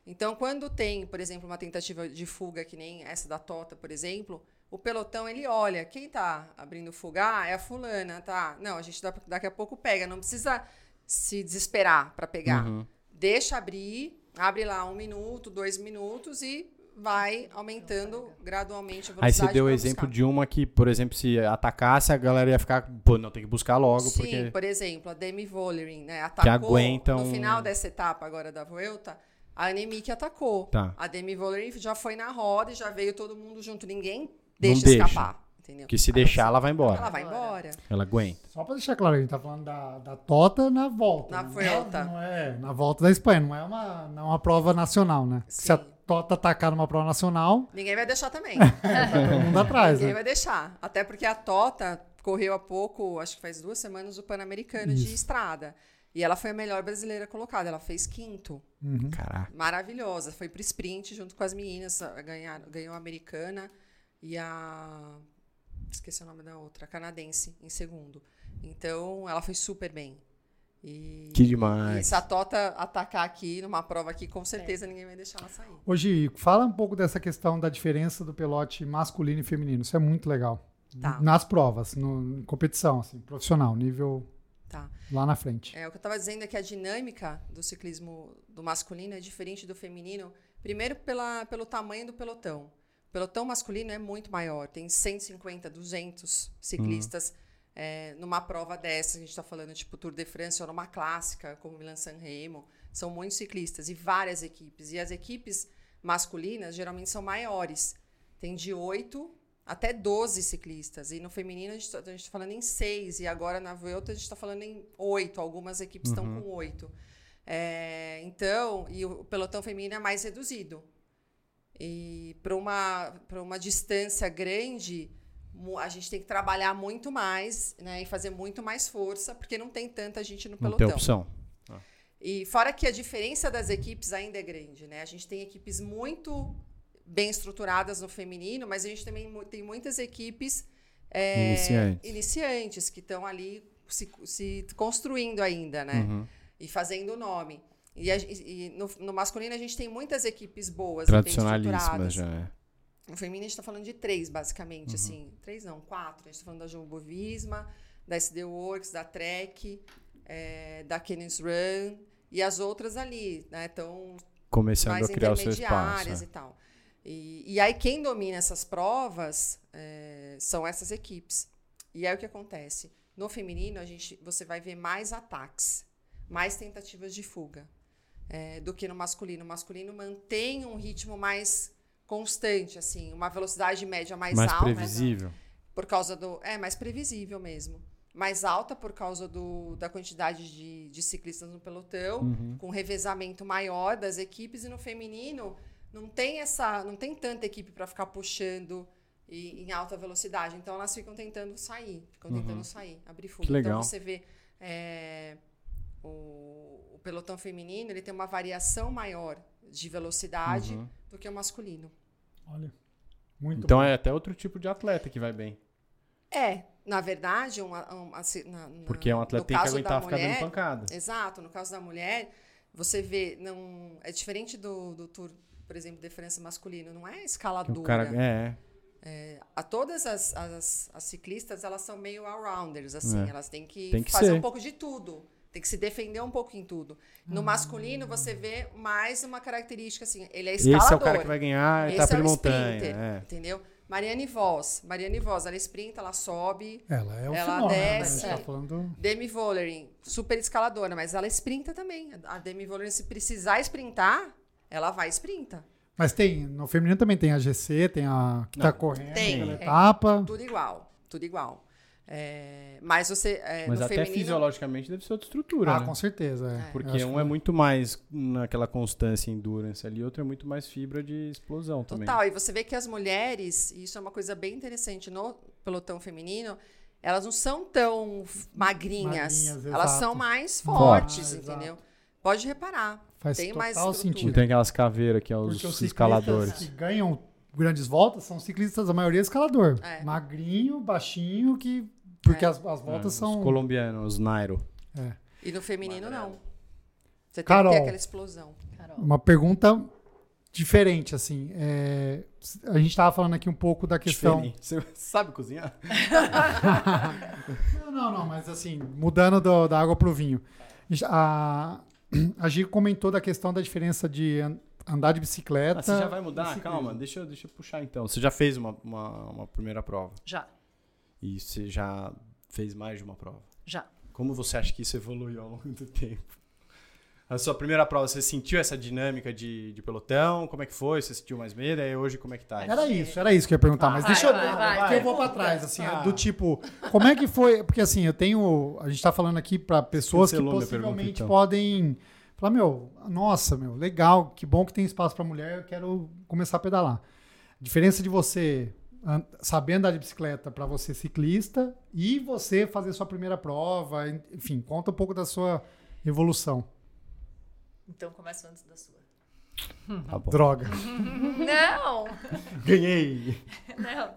[SPEAKER 3] Então, quando tem, por exemplo, uma tentativa de fuga que nem essa da Tota, por exemplo, o pelotão ele olha, quem tá abrindo fuga Ah, é a fulana, tá? Não, a gente da- daqui a pouco pega, não precisa se desesperar para pegar.
[SPEAKER 1] Uhum.
[SPEAKER 3] Deixa abrir, abre lá um minuto, dois minutos e vai aumentando gradualmente a
[SPEAKER 1] Aí
[SPEAKER 3] velocidade.
[SPEAKER 1] você deu o
[SPEAKER 3] pra
[SPEAKER 1] exemplo
[SPEAKER 3] buscar.
[SPEAKER 1] de uma que, por exemplo, se atacasse, a galera ia ficar, pô, não, tem que buscar logo,
[SPEAKER 3] Sim,
[SPEAKER 1] porque
[SPEAKER 3] por exemplo, a Demi Vollering, né? Atacou
[SPEAKER 1] aguenta
[SPEAKER 3] no
[SPEAKER 1] um-
[SPEAKER 3] final dessa etapa agora da Vuelta, A Anemi que atacou.
[SPEAKER 1] Tá.
[SPEAKER 3] A Demi Vollering já foi na roda e já veio todo mundo junto. Ninguém deixa
[SPEAKER 1] deixa.
[SPEAKER 3] escapar. Entendeu?
[SPEAKER 1] Porque se
[SPEAKER 3] Aí
[SPEAKER 1] deixar, ela vai embora.
[SPEAKER 3] Ela
[SPEAKER 1] Ela,
[SPEAKER 3] vai embora.
[SPEAKER 1] aguenta.
[SPEAKER 2] Só pra deixar claro, a gente tá falando da, da Tota na volta.
[SPEAKER 3] Na
[SPEAKER 2] né?
[SPEAKER 3] volta.
[SPEAKER 2] Não é, na volta da Espanha, não é uma, não é uma prova nacional, né?
[SPEAKER 3] Sim.
[SPEAKER 2] Se a Tota atacar numa prova nacional,
[SPEAKER 3] Ninguém vai
[SPEAKER 1] [laughs]
[SPEAKER 3] deixar também.
[SPEAKER 2] tá todo mundo atrás,
[SPEAKER 3] Ninguém
[SPEAKER 2] né?
[SPEAKER 3] vai deixar. Até porque a Tota correu há pouco, acho que faz duas semanas, o Pan-Americano de
[SPEAKER 2] Isso.
[SPEAKER 3] estrada. E ela foi a melhor brasileira colocada. Ela fez quinto.
[SPEAKER 2] Uhum.
[SPEAKER 1] Caraca.
[SPEAKER 3] Maravilhosa. Foi pro sprint junto com as meninas. a- Ganharam, ganhou a americana e a. Esqueci o nome da outra, a canadense, em segundo. Então, ela foi super bem. E,
[SPEAKER 1] Que
[SPEAKER 3] e
[SPEAKER 1] demais.
[SPEAKER 3] se a Tota atacar aqui, numa prova aqui, com certeza ninguém vai deixar ela sair.
[SPEAKER 2] Hoje, fala um pouco dessa questão da diferença do pelote masculino e feminino. Isso é muito legal.
[SPEAKER 3] Tá.
[SPEAKER 2] Nas provas, no, em competição, assim, profissional, nível
[SPEAKER 3] Tá.
[SPEAKER 2] lá na frente.
[SPEAKER 3] É, o que eu estava dizendo é que a dinâmica do ciclismo do masculino é diferente do feminino, primeiro pela, pelo tamanho do pelotão. O pelotão masculino é muito maior, tem 150, 200 ciclistas é, numa prova dessa, a gente está falando tipo Tour de France ou numa clássica, como Milan-San Remo, são muitos ciclistas e várias equipes. E as equipes masculinas geralmente são maiores, tem de 8 até 12 ciclistas. E no feminino a gente está falando em 6. E agora na Vuelta a gente está falando em 8. Algumas equipes
[SPEAKER 1] Uhum.
[SPEAKER 3] estão com 8. então, e o pelotão feminino é mais reduzido. E para uma, pra uma distância grande, mu- a gente tem que trabalhar muito mais né, e fazer muito mais força, porque não tem tanta gente no
[SPEAKER 1] Não tem
[SPEAKER 3] pelotão.
[SPEAKER 1] opção.
[SPEAKER 3] E fora que a diferença das equipes ainda é grande, né? A gente tem equipes muito bem estruturadas no feminino, mas a gente também mu- tem muitas equipes é,
[SPEAKER 1] Iniciantes.
[SPEAKER 3] iniciantes, que estão ali se, se construindo ainda, né?
[SPEAKER 1] Uhum.
[SPEAKER 3] E fazendo o nome. E, a- e- e no, no masculino a gente tem muitas equipes boas, e bem
[SPEAKER 1] Tradicionalíssima
[SPEAKER 3] estruturadas.
[SPEAKER 1] já. é.
[SPEAKER 3] No feminino, a gente tá falando de três, basicamente, assim. Três não, quatro. A gente tá falando da Jumbo Visma, da SD Works, da Trek, eh, da Canyons Run e as outras ali, né? Estão
[SPEAKER 1] Começando
[SPEAKER 3] mais
[SPEAKER 1] a criar o seu espaço. é. né?
[SPEAKER 3] intermediárias e tal. E, e aí quem domina essas provas eh, são essas equipes. E aí o que acontece? No feminino, a gente, você vai ver mais ataques, mais tentativas de fuga eh, do que no masculino. O masculino mantém um ritmo mais constante, assim, uma velocidade média
[SPEAKER 1] é.
[SPEAKER 3] mais,
[SPEAKER 1] Mais
[SPEAKER 3] alta. né?
[SPEAKER 1] previsível.
[SPEAKER 3] Por causa do. É, mais previsível mesmo. Mais alta por causa do, da quantidade de, de ciclistas no pelotão,
[SPEAKER 1] Uhum.
[SPEAKER 3] com revezamento maior das equipes. E no feminino, não tem essa. Não tem tanta equipe para ficar puxando e, em alta velocidade. Então elas ficam tentando sair. Ficam
[SPEAKER 1] Uhum.
[SPEAKER 3] tentando sair, abrir fuga.
[SPEAKER 1] Que legal.
[SPEAKER 3] Então você vê. é, o, o pelotão feminino ele tem uma variação maior de velocidade
[SPEAKER 1] Uhum.
[SPEAKER 3] do que o masculino.
[SPEAKER 2] Olha, muito
[SPEAKER 1] Então
[SPEAKER 2] bom.
[SPEAKER 1] é até outro tipo de atleta que vai bem.
[SPEAKER 3] É, na verdade, uma, uma- assim, na- na-
[SPEAKER 1] Porque é um atleta
[SPEAKER 3] no
[SPEAKER 1] que tem que
[SPEAKER 3] caso da
[SPEAKER 1] aguentar ficar dando
[SPEAKER 3] mulher-
[SPEAKER 1] pancada.
[SPEAKER 3] Exato, no caso da mulher, você vê, não é diferente do, do tour, por exemplo, de França masculino, não é escaladura.
[SPEAKER 1] O cara. É, é.
[SPEAKER 3] A todas as, as, as ciclistas, elas são meio all-rounders, assim,
[SPEAKER 1] É.
[SPEAKER 3] elas têm que,
[SPEAKER 1] Tem que
[SPEAKER 3] fazer
[SPEAKER 1] ser.
[SPEAKER 3] um pouco de tudo. Tem que se defender um pouco em tudo. No masculino, você vê mais uma característica, assim, ele é escalador.
[SPEAKER 1] Esse é o cara que vai ganhar
[SPEAKER 3] Esse
[SPEAKER 1] etapa
[SPEAKER 3] é
[SPEAKER 1] de
[SPEAKER 3] o
[SPEAKER 1] montanha.
[SPEAKER 3] sprinter,
[SPEAKER 1] é.
[SPEAKER 3] entendeu? Mariane Voss, Mariane Voss, ela sprinta, ela sobe,
[SPEAKER 2] Ela é o
[SPEAKER 3] Ela
[SPEAKER 2] fenômeno, né? A gente
[SPEAKER 3] desce.
[SPEAKER 2] tá falando...
[SPEAKER 3] Demi Vollering, super escaladora, mas ela sprinta também. A Demi Vollering, se precisar sprintar, ela vai e sprinta.
[SPEAKER 2] Mas tem, no feminino também tem a GC, tem a que tá correndo
[SPEAKER 3] tem,
[SPEAKER 2] pela
[SPEAKER 3] é.
[SPEAKER 2] etapa. Ah,
[SPEAKER 3] Tudo igual, tudo igual. É, mas você, é,
[SPEAKER 1] Mas
[SPEAKER 3] no
[SPEAKER 1] até
[SPEAKER 3] feminino...
[SPEAKER 1] fisiologicamente deve ser outra estrutura.
[SPEAKER 2] Ah,
[SPEAKER 1] né?
[SPEAKER 2] com certeza. é. Eu
[SPEAKER 1] Porque
[SPEAKER 2] acho
[SPEAKER 1] um
[SPEAKER 2] que-
[SPEAKER 1] é muito mais naquela constância e endurance ali, outro é muito mais fibra de explosão também.
[SPEAKER 3] Total, e você vê que as mulheres, e isso é uma coisa bem interessante no pelotão feminino, elas não são tão f- magrinhas,
[SPEAKER 2] Magrinhas,
[SPEAKER 3] elas
[SPEAKER 2] exato.
[SPEAKER 3] são mais
[SPEAKER 1] Fortes.
[SPEAKER 3] fortes,
[SPEAKER 2] Ah, exato.
[SPEAKER 3] entendeu? Pode reparar.
[SPEAKER 2] Faz
[SPEAKER 3] tem mais
[SPEAKER 2] total
[SPEAKER 3] estrutura.
[SPEAKER 1] Não
[SPEAKER 2] sentido.
[SPEAKER 1] tem aquelas caveiras que é os,
[SPEAKER 2] Porque os
[SPEAKER 1] escaladores. Ah,
[SPEAKER 2] ciclistas assim, que ganham grandes voltas são ciclistas, a maioria é escalador.
[SPEAKER 3] É.
[SPEAKER 2] Magrinho, baixinho, que. Porque
[SPEAKER 3] É.
[SPEAKER 2] as, as voltas
[SPEAKER 1] Os
[SPEAKER 2] são.
[SPEAKER 1] colombianos, os Nairo.
[SPEAKER 3] E no feminino, não. Você tem
[SPEAKER 2] Carol.
[SPEAKER 3] que ter aquela explosão.
[SPEAKER 4] Carol.
[SPEAKER 2] Uma pergunta diferente, assim. é, A gente tava falando aqui um pouco da questão.
[SPEAKER 1] Diferente. Você sabe cozinhar?
[SPEAKER 2] Não, não, não, mas assim, mudando do- da água pro vinho. A, a Gi comentou da questão da diferença de an- andar de bicicleta.
[SPEAKER 1] Ah, você já vai mudar?
[SPEAKER 2] Tá. Esse
[SPEAKER 1] Calma,
[SPEAKER 2] mesmo.
[SPEAKER 1] deixa, eu- deixa eu puxar então. Você já fez uma, uma, uma primeira prova
[SPEAKER 4] Já,
[SPEAKER 1] e você já fez mais de uma prova.
[SPEAKER 4] já.
[SPEAKER 1] Como você acha que isso evoluiu ao longo do tempo? A sua primeira prova, você sentiu essa dinâmica de, de pelotão? Como é que foi? Você sentiu mais medo? E hoje, como é que tá?
[SPEAKER 2] Era isso, era isso que eu ia perguntar, mas
[SPEAKER 4] Ah, vai,
[SPEAKER 2] deixa eu.
[SPEAKER 4] vai,
[SPEAKER 2] porque
[SPEAKER 4] vai, vai. Tá.
[SPEAKER 2] eu vou pra trás, assim,
[SPEAKER 1] Ah.
[SPEAKER 2] do tipo, como é que foi? Porque assim, eu tenho. A gente tá falando aqui pra pessoas que
[SPEAKER 1] Cancelou minha pergunta,
[SPEAKER 2] possivelmente
[SPEAKER 1] então.
[SPEAKER 2] podem falar, meu, nossa, meu, legal, que bom que tem espaço pra mulher, eu quero começar a pedalar. A diferença de você an- saber andar de bicicleta pra você ciclista e você fazer sua primeira prova, en- enfim, conta um pouco da sua evolução.
[SPEAKER 4] Então começa antes da sua.
[SPEAKER 1] Tá bom.
[SPEAKER 2] Droga.
[SPEAKER 4] Não!
[SPEAKER 1] Ganhei!
[SPEAKER 4] Não.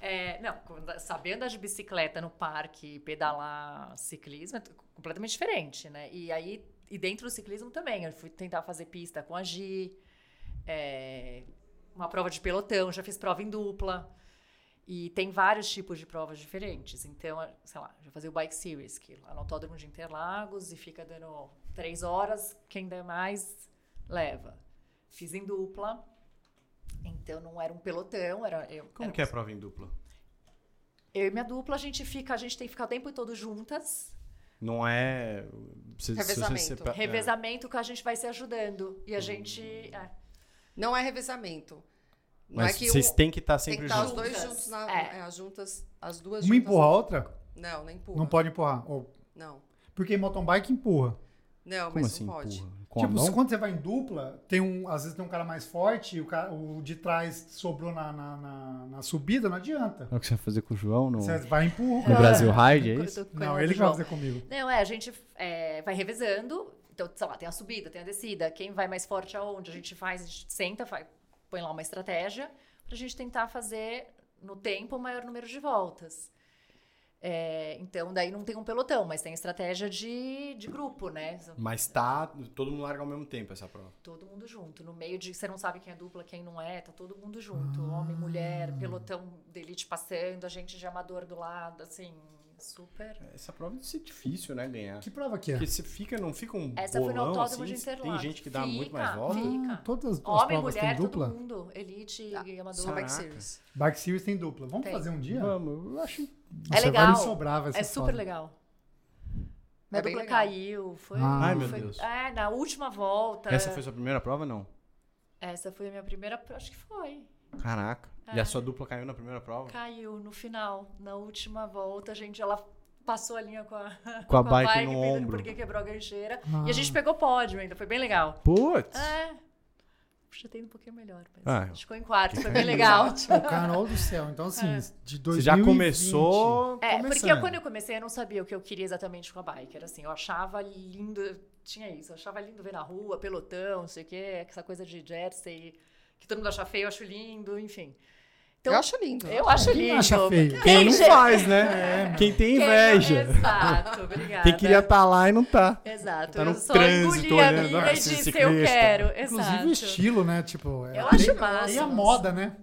[SPEAKER 4] É, não, quando- saber andar de bicicleta no parque, pedalar ciclismo é t- completamente diferente, né? E aí, e dentro do ciclismo também, eu fui tentar fazer pista com a Gi, é, uma prova de pelotão, já fiz prova em dupla. E tem vários tipos de provas diferentes. Então, é, sei lá, já fazia o Bike Series, que lá no Autódromo de Interlagos, e fica dando três horas, quem der mais, leva. Fiz em dupla. Então não era um pelotão, era eu.
[SPEAKER 1] Como
[SPEAKER 4] era
[SPEAKER 1] que é a prova em dupla?
[SPEAKER 4] eu e minha dupla, a gente fica, a gente tem que ficar o tempo todo juntas.
[SPEAKER 1] Não é. se- se você
[SPEAKER 3] Revezamento.
[SPEAKER 1] separa- é.
[SPEAKER 4] Revezamento que a gente vai se ajudando. E a gente. é,
[SPEAKER 3] Não é revezamento. Não
[SPEAKER 1] Mas
[SPEAKER 3] é que
[SPEAKER 1] vocês
[SPEAKER 3] um,
[SPEAKER 1] têm que estar
[SPEAKER 3] tem que
[SPEAKER 1] sempre
[SPEAKER 3] estar os
[SPEAKER 1] juntos.
[SPEAKER 3] dois
[SPEAKER 4] Juntas.
[SPEAKER 3] juntos na,
[SPEAKER 4] É.
[SPEAKER 3] é, as juntas, as duas
[SPEAKER 2] Uma
[SPEAKER 3] juntas.
[SPEAKER 2] empurra a outra?
[SPEAKER 3] Não, não empurra.
[SPEAKER 2] Não pode empurrar. Ou-
[SPEAKER 3] Não.
[SPEAKER 2] Porque mountain bike empurra.
[SPEAKER 3] Não,
[SPEAKER 1] Como
[SPEAKER 3] mas
[SPEAKER 1] assim?
[SPEAKER 3] não pode.
[SPEAKER 1] empurra? Com
[SPEAKER 2] tipo,
[SPEAKER 1] a
[SPEAKER 2] se
[SPEAKER 1] mão?
[SPEAKER 2] quando você vai em dupla, tem um, às vezes tem um cara mais forte, e o, cara, o de trás que sobrou na, na, na- na subida, não adianta.
[SPEAKER 1] É o que você vai fazer com o João no,
[SPEAKER 2] Você vai e empurra o
[SPEAKER 1] no
[SPEAKER 2] cara.
[SPEAKER 1] Brasil Ride, é
[SPEAKER 4] quando eu
[SPEAKER 1] isso?
[SPEAKER 4] tô com
[SPEAKER 2] Não,
[SPEAKER 4] ela
[SPEAKER 2] ele
[SPEAKER 4] do
[SPEAKER 2] que vai
[SPEAKER 4] João.
[SPEAKER 2] fazer comigo.
[SPEAKER 4] Não, é, a gente é, vai revezando. Então, sei lá, tem a subida, tem a descida. Quem vai mais forte aonde? A gente faz, a gente senta, faz- põe lá uma estratégia pra gente tentar fazer no tempo o maior número de voltas. É, então, daí não tem um pelotão, mas tem a estratégia de, de grupo, né?
[SPEAKER 1] Mas tá. Todo mundo larga ao mesmo tempo essa prova.
[SPEAKER 4] Todo mundo junto. No meio de. Você não sabe quem é dupla, quem não é, tá todo mundo junto. Homem,
[SPEAKER 1] Ah.
[SPEAKER 4] mulher, pelotão de elite passando, a gente de amador do lado, assim, super.
[SPEAKER 1] Essa prova deve ser difícil, né? Ganhar.
[SPEAKER 2] Que prova que é?
[SPEAKER 1] Porque você fica, não fica um
[SPEAKER 4] Essa foi no
[SPEAKER 1] bolão,
[SPEAKER 4] Autódromo
[SPEAKER 1] assim,
[SPEAKER 4] de
[SPEAKER 1] Tem
[SPEAKER 4] Interlagos.
[SPEAKER 1] gente que dá
[SPEAKER 4] Fica,
[SPEAKER 1] muito mais volta.
[SPEAKER 4] fica.
[SPEAKER 2] Ah, todas as as
[SPEAKER 4] Homem,
[SPEAKER 2] provas
[SPEAKER 4] mulher,
[SPEAKER 2] têm dupla?
[SPEAKER 4] todo mundo. Elite
[SPEAKER 3] Tá.
[SPEAKER 4] e
[SPEAKER 3] Só
[SPEAKER 4] amador.
[SPEAKER 1] Caraca.
[SPEAKER 3] bike series.
[SPEAKER 2] Bike Series tem dupla. Vamos
[SPEAKER 4] Tem. É
[SPEAKER 2] fazer um dia?
[SPEAKER 1] Vamos, eu acho.
[SPEAKER 2] Nossa, agora
[SPEAKER 4] legal.
[SPEAKER 2] ele sobrava essa
[SPEAKER 4] É super
[SPEAKER 2] história.
[SPEAKER 4] legal.
[SPEAKER 3] É
[SPEAKER 4] Minha
[SPEAKER 3] bem
[SPEAKER 4] dupla
[SPEAKER 3] legal.
[SPEAKER 4] caiu. Foi,
[SPEAKER 2] Ah.
[SPEAKER 1] Ai, meu
[SPEAKER 4] foi-
[SPEAKER 1] Deus.
[SPEAKER 4] É, na última volta.
[SPEAKER 1] Essa foi sua primeira prova, não?
[SPEAKER 4] Essa foi a minha primeira. pro- Acho que foi.
[SPEAKER 1] Caraca. E a sua dupla caiu na primeira prova?
[SPEAKER 4] Caiu no final. Na última volta, a gente. Ela passou a linha com a,
[SPEAKER 1] Com a bike no
[SPEAKER 4] perdendo
[SPEAKER 1] ombro.
[SPEAKER 4] porque quebrou a gancheira.
[SPEAKER 2] Ah.
[SPEAKER 4] E a gente pegou pódio ainda, foi bem legal.
[SPEAKER 1] Putz!
[SPEAKER 4] É. Puxa, tem um pouquinho melhor, mas
[SPEAKER 1] Ah,
[SPEAKER 4] a gente ficou em quarto, foi bem legal.
[SPEAKER 2] Pô, Carol do céu. Então, assim, de 2020...
[SPEAKER 1] Você já começou.
[SPEAKER 4] É,
[SPEAKER 1] Tá
[SPEAKER 4] porque
[SPEAKER 1] começando.
[SPEAKER 4] eu, quando eu comecei, eu não sabia o que eu queria exatamente com a bike. Era assim, eu achava lindo, eu tinha isso, eu achava lindo ver na rua, pelotão, não sei o quê, essa coisa de jersey, que todo mundo acha feio, eu acho lindo, enfim. Então,
[SPEAKER 3] eu acho lindo.
[SPEAKER 4] eu acho
[SPEAKER 2] Quem
[SPEAKER 4] lindo.
[SPEAKER 2] acha feio?
[SPEAKER 1] Quem não
[SPEAKER 4] Quem-
[SPEAKER 1] faz,
[SPEAKER 3] É.
[SPEAKER 1] né? Quem tem inveja.
[SPEAKER 4] Exato, obrigada.
[SPEAKER 1] Quem queria estar lá e não tá.
[SPEAKER 4] Exato,
[SPEAKER 1] Tá no
[SPEAKER 4] eu só
[SPEAKER 1] trânsito
[SPEAKER 4] engoli a
[SPEAKER 1] olhando,
[SPEAKER 4] vida
[SPEAKER 1] "Nossa,
[SPEAKER 4] e
[SPEAKER 1] esse
[SPEAKER 4] disse, eu
[SPEAKER 1] ciclista".
[SPEAKER 4] quero.
[SPEAKER 2] Inclusive
[SPEAKER 4] Exato.
[SPEAKER 2] o estilo, né? Tipo,
[SPEAKER 4] Eu
[SPEAKER 2] tem-
[SPEAKER 4] acho massa.
[SPEAKER 2] E a moda, né?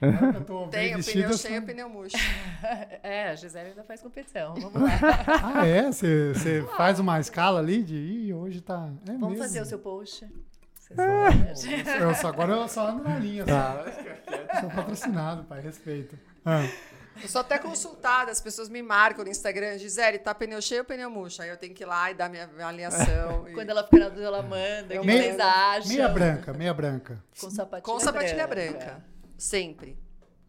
[SPEAKER 2] Agora que eu tô bem
[SPEAKER 3] Tem o
[SPEAKER 2] vestido,
[SPEAKER 3] pneu
[SPEAKER 2] eu
[SPEAKER 3] cheio e
[SPEAKER 2] sou-
[SPEAKER 3] o pneu murcho.
[SPEAKER 4] [laughs] É, a Gisele ainda faz competição. Vamos
[SPEAKER 1] [laughs]
[SPEAKER 4] lá.
[SPEAKER 2] Ah, é? Você você faz uma escala ali de. Ih, hoje tá. É
[SPEAKER 4] Vamos
[SPEAKER 2] mesmo.
[SPEAKER 4] fazer o seu post.
[SPEAKER 2] Eu só, agora eu só ando na linha.
[SPEAKER 5] Tá.
[SPEAKER 2] Só. Sou patrocinado, pai, respeito. Ah,
[SPEAKER 3] Eu sou até consultada, as pessoas me marcam no Instagram, Gisele, tá pneu cheio ou pneu murcho? Aí eu tenho que ir lá e dar minha
[SPEAKER 4] [laughs]
[SPEAKER 3] avaliação. e-
[SPEAKER 4] Quando ela fica na dúvida, ela manda. O que
[SPEAKER 2] É Meia-
[SPEAKER 4] vocês acham?
[SPEAKER 2] meia branca, meia branca.
[SPEAKER 4] Com sapatilha
[SPEAKER 3] Com sapatilha branca. Sempre.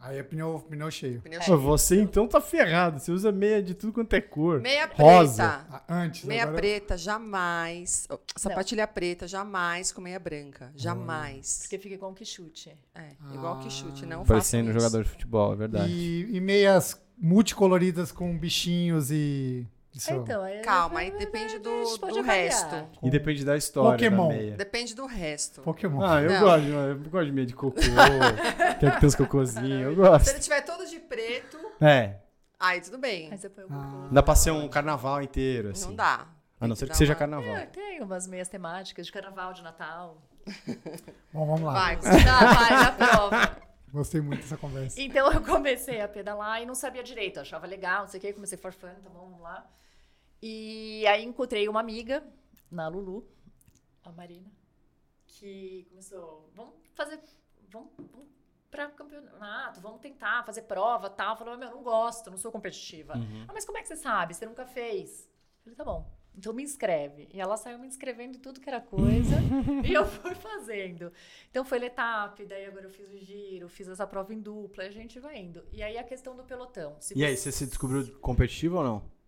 [SPEAKER 2] Aí é pneu, pneu cheio.
[SPEAKER 3] Pneu
[SPEAKER 1] Pô,
[SPEAKER 3] cheio.
[SPEAKER 1] Você então tá ferrado. Você usa meia de tudo quanto é cor.
[SPEAKER 3] Meia preta.
[SPEAKER 1] Rosa.
[SPEAKER 2] Ah, Antes,
[SPEAKER 3] Meia
[SPEAKER 2] agora,
[SPEAKER 3] preta, jamais. Oh, sapatilha preta, jamais com meia branca. Jamais.
[SPEAKER 4] Porque fica igual um que chute.
[SPEAKER 3] É, igual que chute, não
[SPEAKER 1] Parecendo
[SPEAKER 3] façam isso.
[SPEAKER 1] jogador de futebol, é verdade.
[SPEAKER 2] E, e meias multicoloridas com bichinhos e. Isso.
[SPEAKER 4] Então, aí
[SPEAKER 3] Calma, aí depende
[SPEAKER 4] a
[SPEAKER 3] do,
[SPEAKER 4] gente pode
[SPEAKER 3] do
[SPEAKER 4] avaliar.
[SPEAKER 3] resto.
[SPEAKER 1] E depende da história
[SPEAKER 2] Pokémon.
[SPEAKER 1] da meia.
[SPEAKER 3] Depende do resto.
[SPEAKER 2] Pokémon.
[SPEAKER 1] Ah, eu
[SPEAKER 3] Não.
[SPEAKER 1] gosto, eu gosto de meia de cocô. Quer que [laughs] tem os cocôzinhos, eu gosto.
[SPEAKER 3] Se ele tiver todo de preto,
[SPEAKER 1] É,
[SPEAKER 3] aí tudo bem.
[SPEAKER 4] Aí você põe
[SPEAKER 2] Ah.
[SPEAKER 4] alguma
[SPEAKER 1] dá pra ser um carnaval inteiro, assim.
[SPEAKER 3] Não dá.
[SPEAKER 1] A
[SPEAKER 3] Tem
[SPEAKER 1] não
[SPEAKER 3] que
[SPEAKER 1] ser
[SPEAKER 3] dar
[SPEAKER 1] que seja
[SPEAKER 3] uma-
[SPEAKER 1] carnaval.
[SPEAKER 4] coisa. Ah, Tem umas meias temáticas de carnaval, de Natal.
[SPEAKER 2] Bom, vamos lá.
[SPEAKER 3] Vai,
[SPEAKER 4] Dá, vai, dá
[SPEAKER 3] [laughs]
[SPEAKER 4] prova.
[SPEAKER 2] Gostei muito dessa conversa.
[SPEAKER 4] Então eu comecei a pedalar e não sabia direito, achava legal, não sei o que, comecei farfando, tá bom, vamos lá. E aí encontrei uma amiga, na Lulu, a Marina, que começou, vamos fazer, vamos, vamos pra campeonato, vamos tentar fazer prova
[SPEAKER 1] Uhum.
[SPEAKER 4] "Ah, tal. Falou, meu, não gosto, não sou competitiva. Ah, mas como é que você sabe? Você nunca fez. Falei, tá bom. Então me inscreve. E ela saiu me inscrevendo em tudo que era
[SPEAKER 1] [laughs]
[SPEAKER 4] coisa e eu fui fazendo. Então foi letap, daí agora eu fiz o giro, fiz essa prova em dupla, e a gente vai indo. E aí a questão do pelotão. Se
[SPEAKER 1] E aí, você se descobriu competitivo ou não?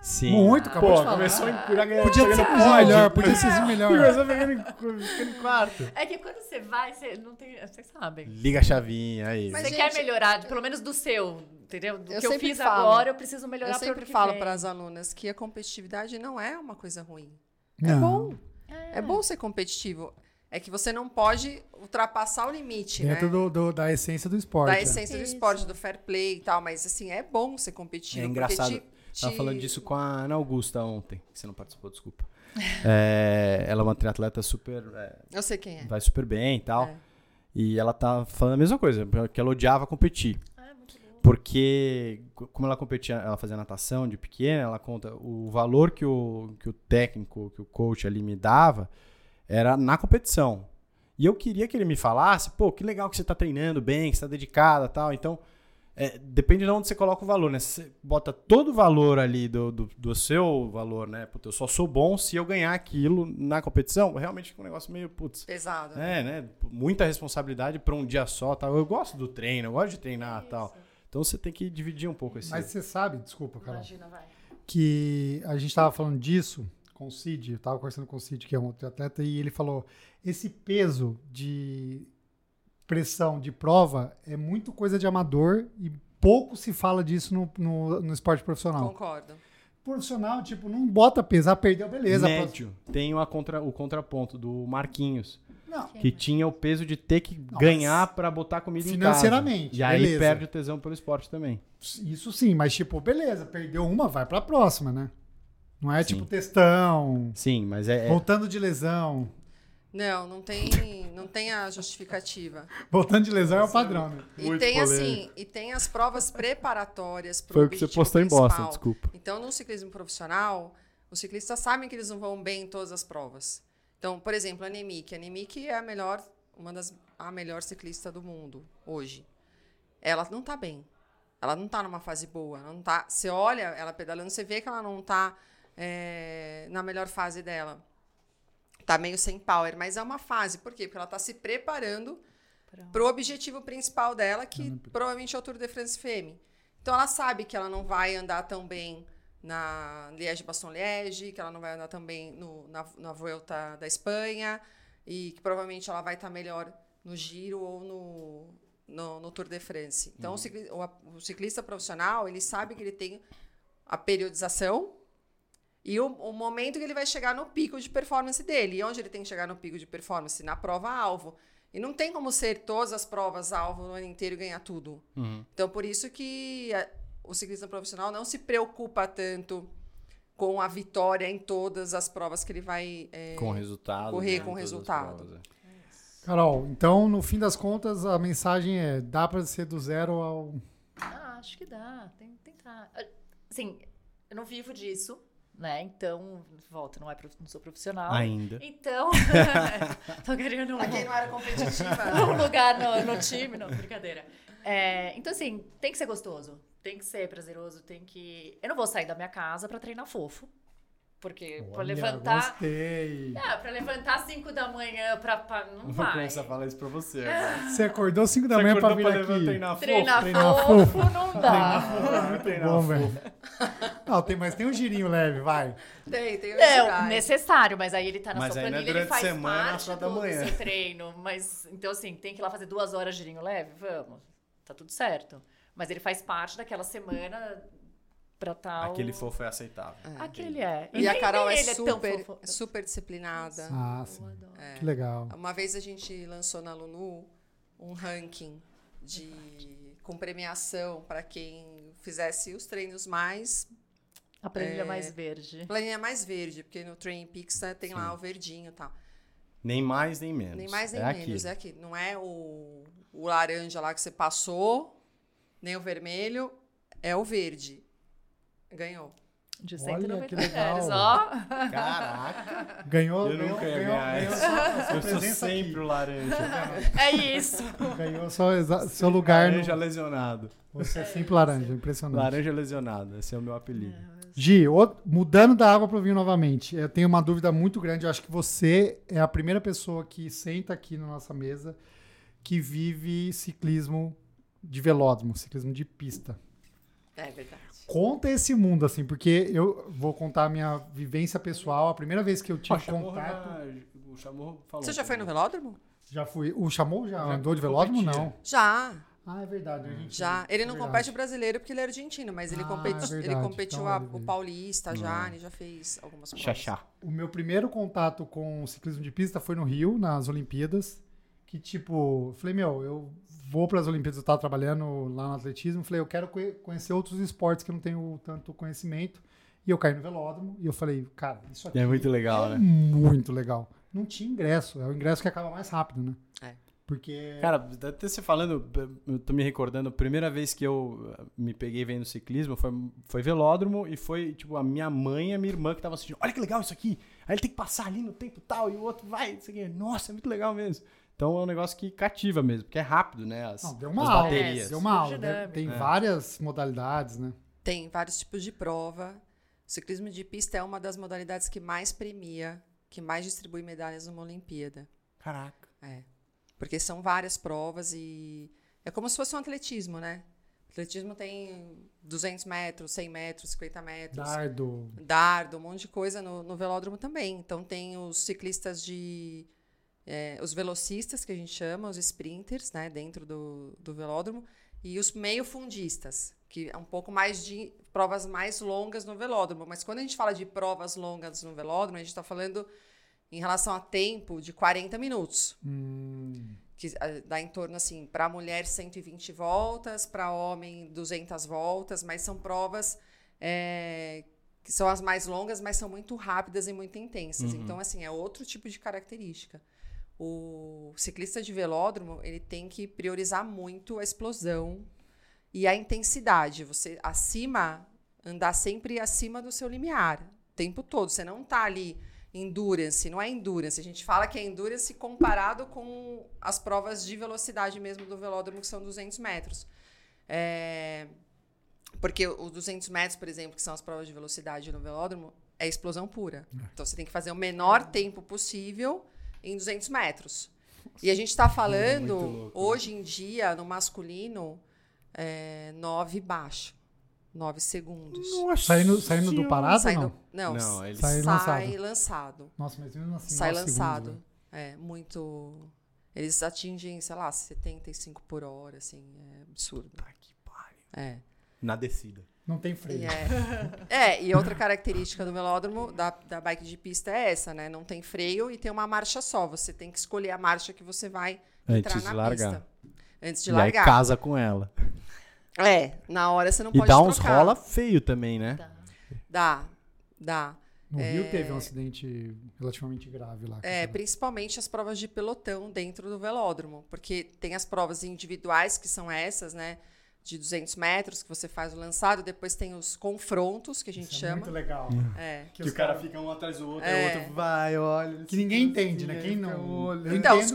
[SPEAKER 1] Sim.
[SPEAKER 2] Muito, acabou de
[SPEAKER 5] Pô,
[SPEAKER 2] falar.
[SPEAKER 5] começou em curar ganhando.
[SPEAKER 2] Podia ter
[SPEAKER 5] pegando
[SPEAKER 2] sido
[SPEAKER 5] pódio.
[SPEAKER 2] melhor, podia ter sido melhor.
[SPEAKER 5] Começou pegando em, cu- ficando em quarto.
[SPEAKER 4] É que quando você vai, você não tem. Vocês sabem.
[SPEAKER 1] Liga a chavinha aí.
[SPEAKER 3] Mas-
[SPEAKER 4] você
[SPEAKER 3] gente,
[SPEAKER 4] quer melhorar, pelo menos do seu, entendeu? Do
[SPEAKER 3] eu
[SPEAKER 4] que eu
[SPEAKER 3] sempre
[SPEAKER 4] fiz
[SPEAKER 3] falo.
[SPEAKER 4] agora, eu preciso [laughs] melhorar
[SPEAKER 3] Eu
[SPEAKER 4] pro
[SPEAKER 3] sempre
[SPEAKER 4] ano que
[SPEAKER 3] falo
[SPEAKER 4] vem.
[SPEAKER 3] para as alunas que a competitividade não é uma coisa ruim. É
[SPEAKER 4] Tá
[SPEAKER 2] Não.
[SPEAKER 3] bom.
[SPEAKER 4] Ah.
[SPEAKER 3] É bom ser competitivo. É que você não pode ultrapassar o limite,
[SPEAKER 2] Dentro
[SPEAKER 3] né?
[SPEAKER 2] do- do- da essência do esporte.
[SPEAKER 1] né?
[SPEAKER 3] da
[SPEAKER 2] é.
[SPEAKER 3] essência do
[SPEAKER 4] Isso.
[SPEAKER 3] esporte, do fair play e tal, mas assim, é bom ser competitivo.
[SPEAKER 1] É
[SPEAKER 3] porque
[SPEAKER 1] engraçado.
[SPEAKER 3] te-
[SPEAKER 1] Tava
[SPEAKER 3] te-
[SPEAKER 1] falando disso com a Ana Augusta ontem, que você não participou, desculpa. É, ela é uma triatleta super. é,
[SPEAKER 3] Eu sei quem é.
[SPEAKER 1] vai super bem e tal.
[SPEAKER 3] É.
[SPEAKER 1] E ela tá falando a mesma coisa, que ela odiava competir.
[SPEAKER 4] Ah, muito bom.
[SPEAKER 1] Porque, co- como ela competia, ela fazia natação de pequena, ela conta o valor que o, que o técnico, que o coach ali me dava, era na competição. E eu queria que ele me falasse, pô, que legal que você tá treinando bem, que você tá dedicada e tal. Então, é, depende de onde você coloca o valor, né? Se Você bota todo o valor ali do, do, do seu valor, né? Puta, eu só sou bom se eu ganhar aquilo na competição. Realmente fica um negócio meio, putz,
[SPEAKER 3] Pesado. né?
[SPEAKER 1] é, né? Muita responsabilidade para um dia só, tal. Eu gosto do treino, eu gosto de treinar, tal. Então você tem que dividir um pouco esse.
[SPEAKER 2] Mas você sabe, desculpa, Carol,
[SPEAKER 4] Imagina, vai.
[SPEAKER 2] que a gente estava falando disso com o Cid, eu tava conversando com o Cid, que é um outro atleta, e ele falou: esse peso de pressão de prova é muito coisa de amador e pouco se fala disso no, no- no esporte profissional.
[SPEAKER 3] Concordo.
[SPEAKER 2] Profissional, tipo, não bota peso, ah, perdeu, beleza.
[SPEAKER 1] médio. Tem uma contra, o contraponto do Marquinhos,
[SPEAKER 2] Não,
[SPEAKER 3] né?
[SPEAKER 1] que tinha o peso de ter que ganhar para botar comida em casa.
[SPEAKER 2] Financeiramente,
[SPEAKER 1] E aí
[SPEAKER 2] beleza.
[SPEAKER 1] perde o tesão pelo esporte também.
[SPEAKER 2] isso sim, mas tipo, beleza, perdeu uma, vai pra próxima, né? Não é
[SPEAKER 1] Sim.
[SPEAKER 2] tipo testão,
[SPEAKER 1] Sim, mas é. é-
[SPEAKER 2] voltando de lesão.
[SPEAKER 3] Não, não tem, não tem a justificativa.
[SPEAKER 2] Voltando de lesão é o padrão, né?
[SPEAKER 3] E
[SPEAKER 1] Muito
[SPEAKER 3] tem assim,
[SPEAKER 1] polêmico.
[SPEAKER 3] e tem as provas preparatórias para
[SPEAKER 1] Foi o que você postou em Boston, desculpa.
[SPEAKER 3] Então, no ciclismo profissional, os ciclistas sabem que eles não vão bem em todas as provas. Então, por exemplo, a Nemic. A Nemic é a melhor, uma das a melhor ciclista do mundo hoje. Ela não tá bem. Ela não tá numa fase boa. Ela não tá. Você olha ela pedalando, você vê que ela não tá eh, na melhor fase dela. Tá meio sem power, mas é uma fase. Por quê? Porque ela tá se preparando
[SPEAKER 4] Pronto.
[SPEAKER 3] pro objetivo principal dela, que provavelmente é o Tour de France Femme. Então ela sabe que ela não vai andar tão bem na Liège-Bastogne-Liège, que ela não vai andar tão bem no- na, na Vuelta da Espanha, e que provavelmente ela vai estar melhor no Giro ou no, no, no Tour de France. Então o, cicli- o a- o ciclista profissional, ele sabe que ele tem a periodização e o, o momento que ele vai chegar no pico de performance dele. E onde ele tem que chegar no pico de performance? Na prova-alvo. E não tem como ser todas as provas-alvo no ano inteiro e ganhar tudo. Então, por isso que a- o ciclista profissional não se preocupa tanto com a vitória em todas as provas que ele vai. é,
[SPEAKER 1] Com resultado.
[SPEAKER 3] Correr
[SPEAKER 1] né,
[SPEAKER 3] com
[SPEAKER 1] em todas as
[SPEAKER 3] resultado.
[SPEAKER 1] provas, é.
[SPEAKER 2] Carol, então no fim das contas a mensagem é: dá pra ser do zero ao.
[SPEAKER 4] Ah, acho que dá. Tem que tentar. Ah, Assim, eu não vivo disso, né? Então, volta, não, é, prof- não sou profissional.
[SPEAKER 1] Ainda.
[SPEAKER 4] Então, [laughs] tô querendo um,
[SPEAKER 3] Pra quem não era competitiva.
[SPEAKER 4] um lugar no, no time. Não, brincadeira. É, então, assim, tem que ser gostoso. Tem que ser prazeroso, tem que... Eu não vou sair da minha casa pra treinar fofo. Porque pra
[SPEAKER 2] Olha,
[SPEAKER 4] levantar...
[SPEAKER 2] Gostei.
[SPEAKER 4] Ah, pra levantar às 5 da manhã pra... pra- não
[SPEAKER 1] Vou
[SPEAKER 4] vai.
[SPEAKER 1] começar a falar isso pra você.
[SPEAKER 3] É.
[SPEAKER 2] Você acordou 5 da manhã pra vir aqui.
[SPEAKER 4] Treinar,
[SPEAKER 2] treinar
[SPEAKER 4] fofo, não dá.
[SPEAKER 2] Bom, velho. [laughs] Não, tem, mas tem um girinho leve, vai.
[SPEAKER 3] [laughs] tem, tem
[SPEAKER 4] Não,
[SPEAKER 3] necessidade.
[SPEAKER 4] necessário, mas aí ele tá na
[SPEAKER 1] Mas
[SPEAKER 4] sua
[SPEAKER 1] aí não é
[SPEAKER 4] planilha, ele
[SPEAKER 1] durante
[SPEAKER 4] faz
[SPEAKER 1] a semana,
[SPEAKER 4] parte
[SPEAKER 1] só
[SPEAKER 4] do,
[SPEAKER 1] da manhã.
[SPEAKER 4] do seu treino. Mas, então assim, tem que ir lá fazer duas horas de girinho leve? Vamos, tá tudo certo. Mas ele faz parte daquela semana pra tal...
[SPEAKER 1] Aquele fofo é aceitável.
[SPEAKER 4] Aquele é.
[SPEAKER 3] E a
[SPEAKER 4] nem-
[SPEAKER 3] Carol
[SPEAKER 4] nem
[SPEAKER 3] é
[SPEAKER 4] ele tão
[SPEAKER 3] super, assim. É.
[SPEAKER 4] fofo.
[SPEAKER 3] super disciplinada.
[SPEAKER 2] Ah, sim.
[SPEAKER 4] Eu adoro.
[SPEAKER 2] Que legal.
[SPEAKER 3] Uma vez a gente lançou na Lulu um ranking de com premiação para quem fizesse os treinos mais
[SPEAKER 4] A planilha
[SPEAKER 3] É.
[SPEAKER 4] mais verde.
[SPEAKER 3] planinha mais verde, porque no Train Peaks né, tem lá o verdinho e tal.
[SPEAKER 1] Nem mais, nem menos.
[SPEAKER 3] Nem mais nem
[SPEAKER 1] é
[SPEAKER 3] menos,
[SPEAKER 1] Aquilo.
[SPEAKER 3] é aqui. Não é o, o laranja lá que você passou, nem o vermelho, é o verde. Ganhou.
[SPEAKER 2] Tá
[SPEAKER 4] De
[SPEAKER 2] Olha,
[SPEAKER 4] 190
[SPEAKER 2] que
[SPEAKER 4] mulheres,
[SPEAKER 2] legal.
[SPEAKER 3] [laughs]
[SPEAKER 4] ó.
[SPEAKER 3] é.
[SPEAKER 1] Caraca!
[SPEAKER 2] Ganhou,
[SPEAKER 1] Eu
[SPEAKER 2] ganhou,
[SPEAKER 1] nunca ia
[SPEAKER 2] ganhou,
[SPEAKER 1] ganhar
[SPEAKER 2] ganhou
[SPEAKER 1] essa.
[SPEAKER 2] sua, sua
[SPEAKER 1] Eu sou
[SPEAKER 2] presença aqui.
[SPEAKER 1] sempre um- o laranja.
[SPEAKER 4] É isso.
[SPEAKER 2] Ganhou só exa- seu lugar.
[SPEAKER 1] Laranja
[SPEAKER 2] No...
[SPEAKER 1] lesionado.
[SPEAKER 2] Você é sempre laranja, impressionante.
[SPEAKER 1] Laranja lesionado, esse é o meu apelido.
[SPEAKER 2] Gi, o- mudando da água para o vinho novamente, eu tenho uma dúvida muito grande. Eu acho que você é a primeira pessoa que senta aqui na nossa mesa que vive ciclismo de velódromo, ciclismo de pista.
[SPEAKER 3] É verdade.
[SPEAKER 2] Conta esse mundo, assim, porque eu vou contar a minha vivência pessoal. A primeira vez que eu tive contato.
[SPEAKER 1] O Chamorro falou.
[SPEAKER 3] Você já foi no
[SPEAKER 2] né?
[SPEAKER 3] velódromo?
[SPEAKER 2] Já fui. O chamou já?
[SPEAKER 1] Já
[SPEAKER 2] Andou de velódromo?
[SPEAKER 1] competia.
[SPEAKER 2] Não.
[SPEAKER 3] Já,
[SPEAKER 2] Ah, é verdade. argentino.
[SPEAKER 3] já. Ele
[SPEAKER 2] é
[SPEAKER 3] não
[SPEAKER 2] Verdade.
[SPEAKER 3] compete o brasileiro porque ele é argentino, mas ele,
[SPEAKER 2] Ah,
[SPEAKER 3] compete,
[SPEAKER 2] é verdade.
[SPEAKER 3] ele competiu
[SPEAKER 2] Então,
[SPEAKER 3] a-
[SPEAKER 2] ele
[SPEAKER 3] o
[SPEAKER 2] veio. é.
[SPEAKER 3] paulista já, ele já fez algumas provas.
[SPEAKER 5] Xaxá.
[SPEAKER 2] O meu primeiro contato com o ciclismo de pista foi no Rio, nas Olimpíadas. Que tipo, falei, meu, eu vou para as Olimpíadas, eu tava trabalhando lá no atletismo. Falei, eu quero conhe- conhecer outros esportes que eu não tenho tanto conhecimento. E eu caí no velódromo e eu falei, cara, isso aqui
[SPEAKER 1] É muito legal, né?
[SPEAKER 2] muito legal. Não tinha ingresso, é o ingresso que acaba mais rápido, né?
[SPEAKER 3] É.
[SPEAKER 2] Porque.
[SPEAKER 1] Cara, até você falando, eu tô me recordando, a primeira vez que eu eh, me peguei vendo ciclismo foi, foi velódromo e foi, tipo, a minha mãe e a minha irmã que estavam assistindo. Olha que legal isso aqui! Aí ele tem que passar ali no tempo tal e o outro vai, não sei o quê. Nossa, é muito legal mesmo. Então é um negócio que cativa mesmo, porque é rápido, né? As,
[SPEAKER 2] Não, deu uma
[SPEAKER 1] as
[SPEAKER 2] aula.
[SPEAKER 1] baterias.
[SPEAKER 2] Deu uma aula. né?
[SPEAKER 4] Dinâmico.
[SPEAKER 2] Tem
[SPEAKER 1] É.
[SPEAKER 2] várias modalidades, né?
[SPEAKER 3] Tem vários tipos de prova. O ciclismo de pista é uma das modalidades que mais premia, que mais distribui medalhas numa Olimpíada.
[SPEAKER 1] Caraca.
[SPEAKER 3] É. Porque são várias provas e é como se fosse um atletismo, né? O atletismo tem 200 metros, 100 metros, 50 metros,
[SPEAKER 2] Dardo.
[SPEAKER 3] dardo, um monte de coisa no, no velódromo também. Então tem os ciclistas de. eh, os velocistas, que a gente chama, os sprinters, né, dentro do, do velódromo, e os meio fundistas, que é um pouco mais de provas mais longas no velódromo. Mas quando a gente fala de provas longas no velódromo, a gente está falando em relação a tempo de 40 minutos
[SPEAKER 2] Hum,
[SPEAKER 3] que ah, dá em torno assim, para mulher 120 voltas, para homem 200 voltas, mas são provas eh, que são as mais longas, mas são muito rápidas e muito intensas.
[SPEAKER 1] Uhum.
[SPEAKER 3] Então assim, é outro tipo de característica. O ciclista de velódromo, ele tem que priorizar muito a explosão e a intensidade. Você acima andar sempre acima do seu limiar, o tempo todo. Você não tá ali endurance, não é endurance. A gente fala que é endurance comparado com as provas de velocidade mesmo do velódromo, que são 200 metros. É, Porque os 200 metros, por exemplo, que são as provas de velocidade no velódromo, é explosão pura. Então você tem que fazer o menor tempo possível em 200 metros. E a gente está falando,
[SPEAKER 1] Muito louco, né?
[SPEAKER 3] hoje em dia, no masculino, é, 9 baixo. 9 segundos.
[SPEAKER 2] saindo saindo do parado,
[SPEAKER 3] Sai
[SPEAKER 2] é não?
[SPEAKER 3] no- não,
[SPEAKER 1] Não, ele-
[SPEAKER 2] Sai
[SPEAKER 3] sai,
[SPEAKER 2] lançado.
[SPEAKER 3] lançado.
[SPEAKER 2] Nossa, mas mesmo assim.
[SPEAKER 3] sai
[SPEAKER 2] nove segundos,
[SPEAKER 3] lançado.
[SPEAKER 2] né?
[SPEAKER 3] é, muito. Eles atingem, sei lá, 75 por hora, assim, é absurdo.
[SPEAKER 1] Tá que pariu.
[SPEAKER 3] É.
[SPEAKER 1] Na descida.
[SPEAKER 2] Não tem freio.
[SPEAKER 3] E é, é, e outra característica do velódromo, da, da bike de pista, é essa, né? Não tem freio e tem uma marcha só. Você tem que escolher a marcha que você vai entrar
[SPEAKER 1] Antes de
[SPEAKER 3] na
[SPEAKER 1] largar.
[SPEAKER 3] pista. Antes de
[SPEAKER 1] e aí
[SPEAKER 3] largar.
[SPEAKER 1] casa com ela.
[SPEAKER 3] É, na hora você não
[SPEAKER 1] E
[SPEAKER 3] pode
[SPEAKER 1] dá uns
[SPEAKER 3] trocar.
[SPEAKER 1] rola feio também, né?
[SPEAKER 3] Dá, dá.
[SPEAKER 2] No Rio teve um acidente relativamente grave lá.
[SPEAKER 3] É,
[SPEAKER 2] cara.
[SPEAKER 3] principalmente as provas de pelotão dentro do velódromo, porque tem as provas individuais, que são essas, né? De 200 metros, que você faz o lançado, depois tem os confrontos, que a gente
[SPEAKER 2] Isso é
[SPEAKER 3] chama.
[SPEAKER 2] muito legal.
[SPEAKER 3] É.
[SPEAKER 2] Que, os cara
[SPEAKER 1] fica assim, um atrás do outro,
[SPEAKER 3] aí o É. outro
[SPEAKER 1] vai, olha.
[SPEAKER 2] Que ninguém entende, né? Quem não. Eu
[SPEAKER 3] Então,
[SPEAKER 2] entendo agora que
[SPEAKER 3] os
[SPEAKER 2] eu vi.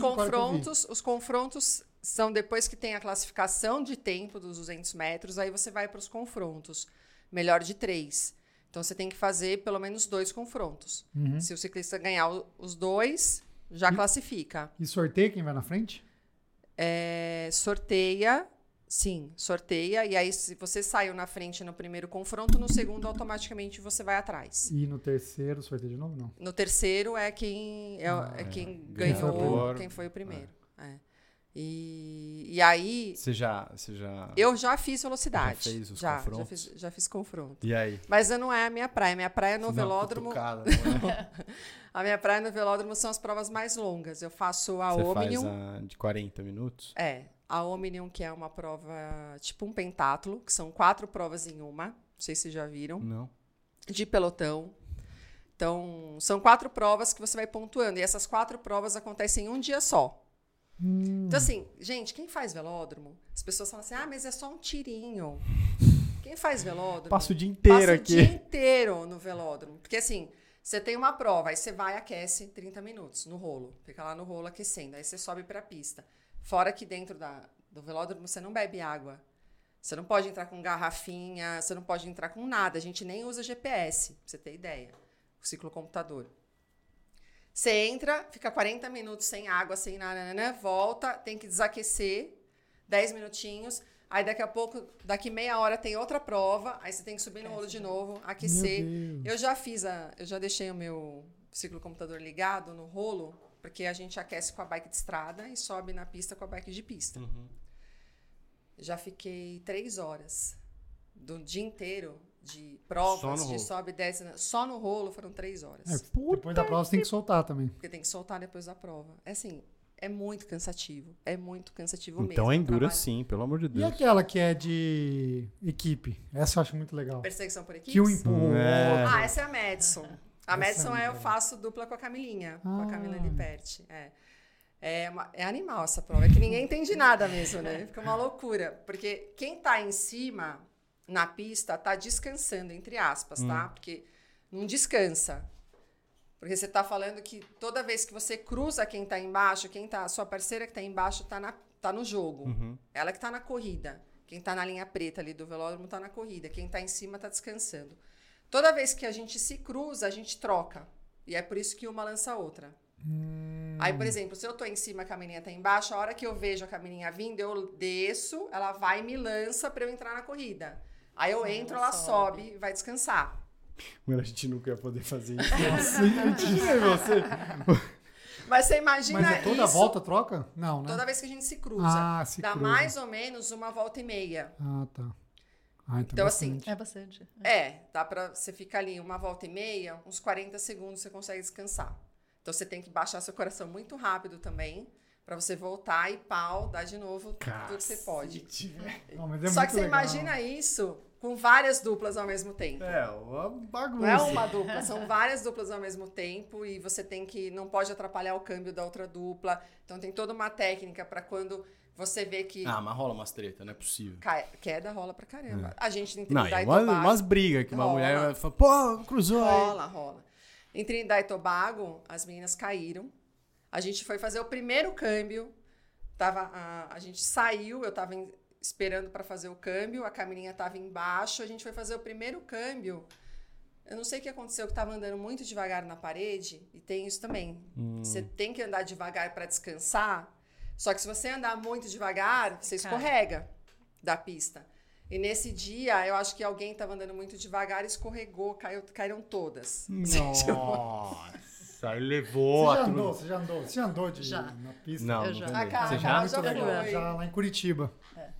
[SPEAKER 3] confrontos, os confrontos são depois que tem a classificação de tempo dos 200 metros, aí você vai para os confrontos, melhor de três. Então, você tem que fazer pelo menos dois confrontos.
[SPEAKER 2] Uhum.
[SPEAKER 3] Se o ciclista ganhar o- os dois, já
[SPEAKER 2] Hum.
[SPEAKER 3] classifica.
[SPEAKER 2] E sorteia quem vai na frente?
[SPEAKER 3] É, sorteia, sim, sorteia. E aí, se você saiu na frente no primeiro confronto, no segundo, automaticamente você vai atrás.
[SPEAKER 2] E no terceiro, sorteia de novo? Não.
[SPEAKER 3] No terceiro é quem, é, é quem
[SPEAKER 1] Ah, Quem
[SPEAKER 2] foi o
[SPEAKER 3] ganhou,
[SPEAKER 1] primeiro.
[SPEAKER 3] quem foi o primeiro. é. E, e aí,
[SPEAKER 1] Você já. Você já...
[SPEAKER 3] eu já fiz velocidade.
[SPEAKER 1] Já fez os
[SPEAKER 3] já, já,
[SPEAKER 1] confrontos?
[SPEAKER 3] fiz, já fiz confronto.
[SPEAKER 1] E aí?
[SPEAKER 3] Mas eu não é a minha praia. Minha praia é no
[SPEAKER 1] Você dá uma
[SPEAKER 3] velódromo.
[SPEAKER 1] cutucada,
[SPEAKER 3] [laughs]
[SPEAKER 1] não é?
[SPEAKER 3] A minha praia no velódromo são as provas mais longas. Eu faço a um-
[SPEAKER 1] Você
[SPEAKER 3] Omnium.
[SPEAKER 1] faz a de 40 minutos?
[SPEAKER 3] É, a Omnium, que é uma prova tipo um pentátulo, que são quatro provas em uma, não sei se vocês já viram,
[SPEAKER 1] Não.
[SPEAKER 3] de pelotão. Então, são quatro provas que você vai pontuando, e essas quatro provas acontecem em um dia só.
[SPEAKER 2] Hum,
[SPEAKER 3] Então, assim, gente, quem faz velódromo, as pessoas falam assim, ah, mas é só um tirinho. Quem faz velódromo...
[SPEAKER 1] Passa o dia
[SPEAKER 3] Passa
[SPEAKER 1] inteiro
[SPEAKER 3] o
[SPEAKER 1] aqui.
[SPEAKER 3] dia inteiro no velódromo. Porque assim, você tem uma prova, aí você vai e aquece 30 minutos no rolo. Fica lá no rolo aquecendo. Aí você sobe pra pista. Fora que dentro da, do velódromo você não bebe água. Você não pode entrar com garrafinha, você não pode entrar com nada. A gente nem usa GPS, pra você ter ideia. O ciclocomputador. Você entra, fica 40 minutos sem água, sem nada, né, né, volta, tem que desaquecer 10 minutinhos. Aí daqui a pouco, daqui meia hora tem outra prova, aí você tem que subir no rolo de novo, aquecer. Eu já fiz a. Eu já deixei o meu ciclocomputador ligado no rolo, porque a gente aquece com a bike de estrada e sobe na pista com a bike de pista.
[SPEAKER 1] Uhum.
[SPEAKER 3] Já fiquei três horas do dia inteiro de provas,
[SPEAKER 1] Só no
[SPEAKER 3] de
[SPEAKER 1] rolo.
[SPEAKER 3] sobe e desce. na- Só no rolo foram três horas.
[SPEAKER 2] É, depois da prova você tem que soltar também.
[SPEAKER 3] Porque tem que soltar depois da prova. É assim, é muito cansativo. É muito cansativo mesmo.
[SPEAKER 1] Então é endura
[SPEAKER 3] Trabalho-
[SPEAKER 1] sim, pelo amor de
[SPEAKER 2] E
[SPEAKER 1] Deus.
[SPEAKER 2] aquela que é de equipe? Essa eu acho muito legal.
[SPEAKER 3] Perseguição por
[SPEAKER 2] Que um
[SPEAKER 3] equipes?
[SPEAKER 2] empurra o
[SPEAKER 1] É.
[SPEAKER 2] outro.
[SPEAKER 3] Ah, essa é a Madison. A
[SPEAKER 2] Essa
[SPEAKER 3] Madison é eu
[SPEAKER 2] mesmo.
[SPEAKER 3] faço dupla com a Camilinha, com a
[SPEAKER 2] Ah.
[SPEAKER 3] Camila Liperti. É. É, uma- é animal essa prova, é que ninguém entende nada mesmo, né? Fica uma loucura. Porque quem tá em cima, na pista, tá descansando, entre aspas, tá? Porque não descansa. Porque você tá falando que toda vez que você cruza quem tá embaixo, quem tá, sua parceira que tá embaixo tá, na, tá no jogo.
[SPEAKER 1] Uhum.
[SPEAKER 3] Ela que tá na corrida. Quem tá na linha preta ali do velódromo tá na corrida. Quem tá em cima tá descansando. Toda vez que a gente se cruza, a gente troca. E é por isso que uma lança a outra.
[SPEAKER 2] Hum.
[SPEAKER 3] Aí, por exemplo, se eu tô em cima, a camininha tá embaixo, a hora que eu vejo a camininha vindo, eu desço, ela vai e me lança pra eu entrar na corrida. Aí eu
[SPEAKER 4] Ela
[SPEAKER 3] entro, ela
[SPEAKER 4] sobe.
[SPEAKER 3] sobe e vai descansar.
[SPEAKER 1] Mano, a gente nunca ia poder fazer
[SPEAKER 3] [laughs]
[SPEAKER 1] isso.
[SPEAKER 2] Nossa, imagina você.
[SPEAKER 3] Mas você imagina
[SPEAKER 2] Mas é toda
[SPEAKER 3] isso.
[SPEAKER 2] volta troca? Não, né?
[SPEAKER 3] Toda vez que a gente se cruza.
[SPEAKER 2] Ah, se
[SPEAKER 3] dá
[SPEAKER 2] cruza.
[SPEAKER 3] mais ou menos uma volta e meia.
[SPEAKER 2] Ah, tá. Ah, então,
[SPEAKER 3] Então, assim,
[SPEAKER 2] bastante.
[SPEAKER 4] É bastante.
[SPEAKER 1] Uhum.
[SPEAKER 3] É, dá pra você ficar ali uma volta e meia, uns 40 segundos você consegue descansar. Então você tem que baixar seu coração muito rápido também, pra você voltar e pau, dar de novo tudo que você pode.
[SPEAKER 2] Não, mas é
[SPEAKER 3] Só
[SPEAKER 2] muito
[SPEAKER 3] que você
[SPEAKER 2] legal.
[SPEAKER 3] imagina isso com várias duplas ao mesmo tempo.
[SPEAKER 1] É, uma bagunça.
[SPEAKER 3] Não é uma dupla, são várias duplas ao mesmo tempo e você tem que não pode atrapalhar o câmbio da outra dupla. Então tem toda uma técnica pra quando você vê que
[SPEAKER 1] Ah, mas rola umas treta, não é possível.
[SPEAKER 3] cai- queda rola pra caramba. A gente tem que
[SPEAKER 1] Não,
[SPEAKER 3] dar
[SPEAKER 1] é uma, umas brigas que uma
[SPEAKER 3] Rola.
[SPEAKER 1] mulher vai falar, pô, cruzou aí.
[SPEAKER 3] Rola, rola. Em Trinidad e Tobago, as meninas caíram. A gente foi fazer o primeiro câmbio. Tava, a, a gente saiu, eu tava em- esperando para fazer o câmbio, a camininha tava embaixo. A gente foi fazer o primeiro câmbio. Eu não sei o que aconteceu, que tava andando muito devagar na parede. E tem isso também.
[SPEAKER 1] Hum.
[SPEAKER 3] Você tem que andar devagar para descansar. Só que se você andar muito devagar, você
[SPEAKER 4] Cai.
[SPEAKER 3] escorrega da pista. E nesse dia, eu acho que alguém estava andando muito devagar, escorregou, caiu, caíram todas.
[SPEAKER 1] Nossa, aí levou
[SPEAKER 2] Você já
[SPEAKER 1] a
[SPEAKER 2] andou,
[SPEAKER 1] turma.
[SPEAKER 2] você já andou, você já andou de,
[SPEAKER 4] Já.
[SPEAKER 2] na pista?
[SPEAKER 1] Não,
[SPEAKER 4] Eu
[SPEAKER 1] não
[SPEAKER 4] já.
[SPEAKER 1] andei.
[SPEAKER 3] Ah, cara,
[SPEAKER 1] Você
[SPEAKER 3] ela
[SPEAKER 1] já?
[SPEAKER 3] já
[SPEAKER 2] Muito legal,
[SPEAKER 3] foi.
[SPEAKER 2] já lá em Curitiba.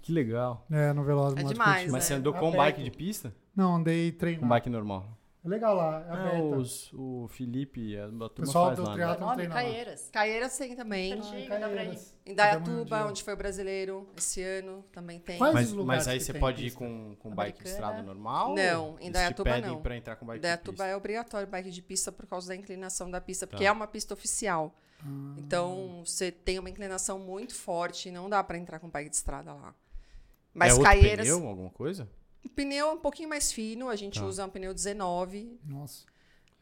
[SPEAKER 1] Que legal.
[SPEAKER 2] É, no Velódromo.
[SPEAKER 3] É
[SPEAKER 2] lá de
[SPEAKER 3] demais,
[SPEAKER 2] Curitiba.
[SPEAKER 1] Mas
[SPEAKER 3] é.
[SPEAKER 1] você andou com
[SPEAKER 2] Aberto.
[SPEAKER 1] bike de pista?
[SPEAKER 2] Não, andei
[SPEAKER 1] Com
[SPEAKER 2] treinando.
[SPEAKER 1] bike normal.
[SPEAKER 2] É legal lá, é
[SPEAKER 1] Ah,
[SPEAKER 2] aberta.
[SPEAKER 1] os- o Felipe, a, a turma
[SPEAKER 2] pessoal
[SPEAKER 1] faz
[SPEAKER 2] do
[SPEAKER 1] lá. né?
[SPEAKER 2] triatlo
[SPEAKER 4] Nome,
[SPEAKER 2] treina lá.
[SPEAKER 4] Caieiras.
[SPEAKER 3] Caíram tem também.
[SPEAKER 4] Perdi.
[SPEAKER 2] Ah,
[SPEAKER 4] Chega, dá pra ir.
[SPEAKER 2] Caieiras.
[SPEAKER 3] Em
[SPEAKER 2] Cada um
[SPEAKER 3] Dayatuba,
[SPEAKER 2] dia.
[SPEAKER 3] onde foi o brasileiro, esse ano também tem.
[SPEAKER 2] Quais
[SPEAKER 1] Mas,
[SPEAKER 2] os lugares
[SPEAKER 1] mas aí
[SPEAKER 2] que
[SPEAKER 1] você
[SPEAKER 2] tem
[SPEAKER 1] pode ir
[SPEAKER 2] pista?
[SPEAKER 1] com, com bike de
[SPEAKER 4] Americana.
[SPEAKER 1] estrada normal?
[SPEAKER 3] Não, em
[SPEAKER 1] Eles te
[SPEAKER 3] Dayatuba
[SPEAKER 1] pedem
[SPEAKER 3] não.
[SPEAKER 1] pra entrar com bike de
[SPEAKER 3] Dayatuba
[SPEAKER 1] pista.
[SPEAKER 3] é obrigatório bike de pista por causa da inclinação da pista, porque
[SPEAKER 1] Tá.
[SPEAKER 3] é uma pista oficial.
[SPEAKER 2] Ah.
[SPEAKER 3] Então, você tem uma inclinação muito forte, não dá para entrar com bike de estrada lá.
[SPEAKER 1] é
[SPEAKER 3] Mas
[SPEAKER 1] outro
[SPEAKER 3] Caieiras,
[SPEAKER 1] pneu, alguma coisa?
[SPEAKER 3] o pneu é um pouquinho mais fino, a gente
[SPEAKER 1] Tá.
[SPEAKER 3] usa um pneu 19,
[SPEAKER 2] Nossa.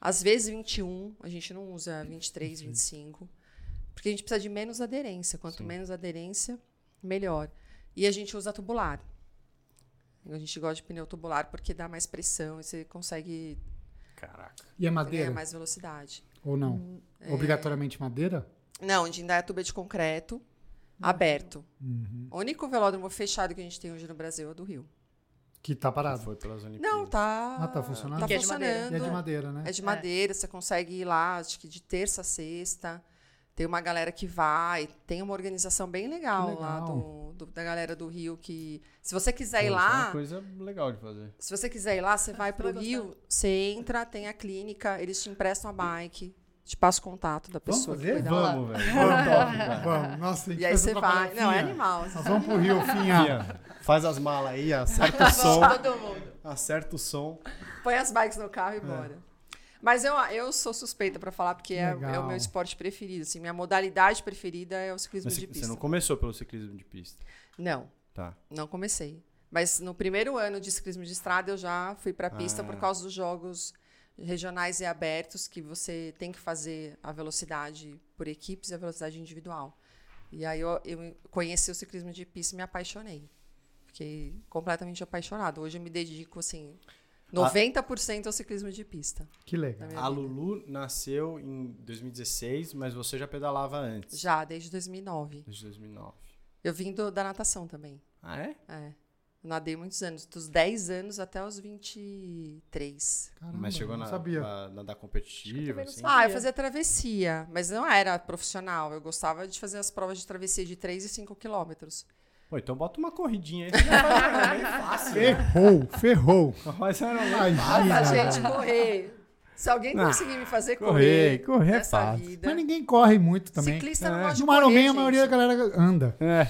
[SPEAKER 3] Às vezes 21, a gente não usa 23, 25, porque a gente precisa de menos aderência. Quanto
[SPEAKER 1] Sim.
[SPEAKER 3] menos aderência, melhor. E a gente usa tubular. A gente gosta de pneu tubular porque dá mais pressão e você consegue
[SPEAKER 1] Caraca.
[SPEAKER 2] E é
[SPEAKER 3] ganhar
[SPEAKER 2] madeira?
[SPEAKER 3] mais velocidade.
[SPEAKER 2] Ou
[SPEAKER 3] Hum,
[SPEAKER 2] não?
[SPEAKER 3] é.
[SPEAKER 2] Obrigatoriamente madeira?
[SPEAKER 3] Não, em Indaiatuba é de concreto, aberto.
[SPEAKER 2] Uhum.
[SPEAKER 3] O único velódromo fechado que a gente tem hoje no Brasil é o do Rio.
[SPEAKER 2] Que tá parado.
[SPEAKER 1] Foi pelas Olimpíadas.
[SPEAKER 3] Não, tá.
[SPEAKER 2] Ah, tá funcionando?
[SPEAKER 3] Tá
[SPEAKER 4] Que é de madeira.
[SPEAKER 2] E é de
[SPEAKER 3] funcionando.
[SPEAKER 2] madeira, né?
[SPEAKER 3] É de madeira, você consegue ir lá, acho que de terça a sexta. Tem uma galera que vai, tem uma organização bem legal,
[SPEAKER 2] Que
[SPEAKER 3] lá
[SPEAKER 2] legal.
[SPEAKER 3] do, do- da galera do Rio que. Se você quiser ir
[SPEAKER 1] Pô, isso É
[SPEAKER 3] lá,
[SPEAKER 1] uma coisa legal de fazer.
[SPEAKER 3] se você quiser ir lá, você vai
[SPEAKER 4] vai
[SPEAKER 3] pro
[SPEAKER 4] gostar.
[SPEAKER 3] Rio, você entra, tem a clínica, eles te emprestam a bike, te passa o contato da
[SPEAKER 2] Vamos
[SPEAKER 3] pessoa
[SPEAKER 2] fazer?
[SPEAKER 3] que cuida lá.
[SPEAKER 1] Vamos, velho.
[SPEAKER 3] [laughs]
[SPEAKER 2] Vamos, vamos, vamos. Nossa, a gente
[SPEAKER 3] E aí
[SPEAKER 2] fez
[SPEAKER 3] você
[SPEAKER 2] um trabalho,
[SPEAKER 3] vai. Não, é
[SPEAKER 2] Finha.
[SPEAKER 3] animal.
[SPEAKER 2] Nós vamos pro Rio, Finha.
[SPEAKER 1] Fia, Faz as malas aí,
[SPEAKER 3] Tá
[SPEAKER 1] acerta o som.
[SPEAKER 4] Todo mundo.
[SPEAKER 1] Acerta o som.
[SPEAKER 3] Põe as bikes no
[SPEAKER 2] É.
[SPEAKER 3] carro e bora. Mas eu, eu sou suspeita pra falar, porque é, é
[SPEAKER 2] Legal.
[SPEAKER 3] o meu esporte preferido. Assim, minha modalidade preferida é o ciclismo
[SPEAKER 1] Mas
[SPEAKER 3] de
[SPEAKER 1] você, você
[SPEAKER 3] pista.
[SPEAKER 1] não começou pelo ciclismo de pista.
[SPEAKER 3] não.
[SPEAKER 1] Tá.
[SPEAKER 3] Não comecei. Mas no primeiro ano de ciclismo de estrada eu já fui para a pista
[SPEAKER 1] Ah.
[SPEAKER 3] por causa dos jogos regionais e abertos que você tem que fazer a velocidade por equipes e a velocidade individual. E aí eu, eu conheci o ciclismo de pista e me apaixonei. Fiquei completamente apaixonada. Hoje eu me dedico, assim, 90% ao ciclismo de pista.
[SPEAKER 2] Que
[SPEAKER 3] na
[SPEAKER 2] legal.
[SPEAKER 3] minha
[SPEAKER 1] A
[SPEAKER 3] vida.
[SPEAKER 1] Lulu nasceu em 2016, mas você já pedalava antes.
[SPEAKER 3] Já, desde 2009.
[SPEAKER 1] Desde 2009.
[SPEAKER 3] Eu vim do- da natação também.
[SPEAKER 1] Ah, é?
[SPEAKER 3] É. Nadei muitos anos, dos 10 anos até os 23.
[SPEAKER 2] Caramba,
[SPEAKER 1] mas chegou
[SPEAKER 2] não
[SPEAKER 1] na,
[SPEAKER 2] sabia.
[SPEAKER 1] na, nadar competitivo,
[SPEAKER 4] também não
[SPEAKER 1] assim?
[SPEAKER 4] sabia.
[SPEAKER 3] Ah, eu fazia travessia, mas não era profissional. Eu gostava de fazer as provas de travessia de 3 e 5 quilômetros.
[SPEAKER 1] Pô, então bota uma corridinha aí. que é bem fácil. né?
[SPEAKER 2] Ferrou, ferrou.
[SPEAKER 1] [laughs] Mas era um
[SPEAKER 3] Pra
[SPEAKER 2] Imagina.
[SPEAKER 3] gente correr. Se alguém
[SPEAKER 1] Ah,
[SPEAKER 3] conseguir me fazer
[SPEAKER 1] correr,
[SPEAKER 3] correr,
[SPEAKER 1] correr é
[SPEAKER 3] nessa
[SPEAKER 1] fácil.
[SPEAKER 3] vida.
[SPEAKER 2] Mas ninguém corre muito também.
[SPEAKER 3] Ciclista não
[SPEAKER 1] É.
[SPEAKER 3] gosta de
[SPEAKER 2] No
[SPEAKER 3] Né? correr,
[SPEAKER 2] Ironman, a
[SPEAKER 3] gente.
[SPEAKER 2] maioria da galera anda.
[SPEAKER 1] É,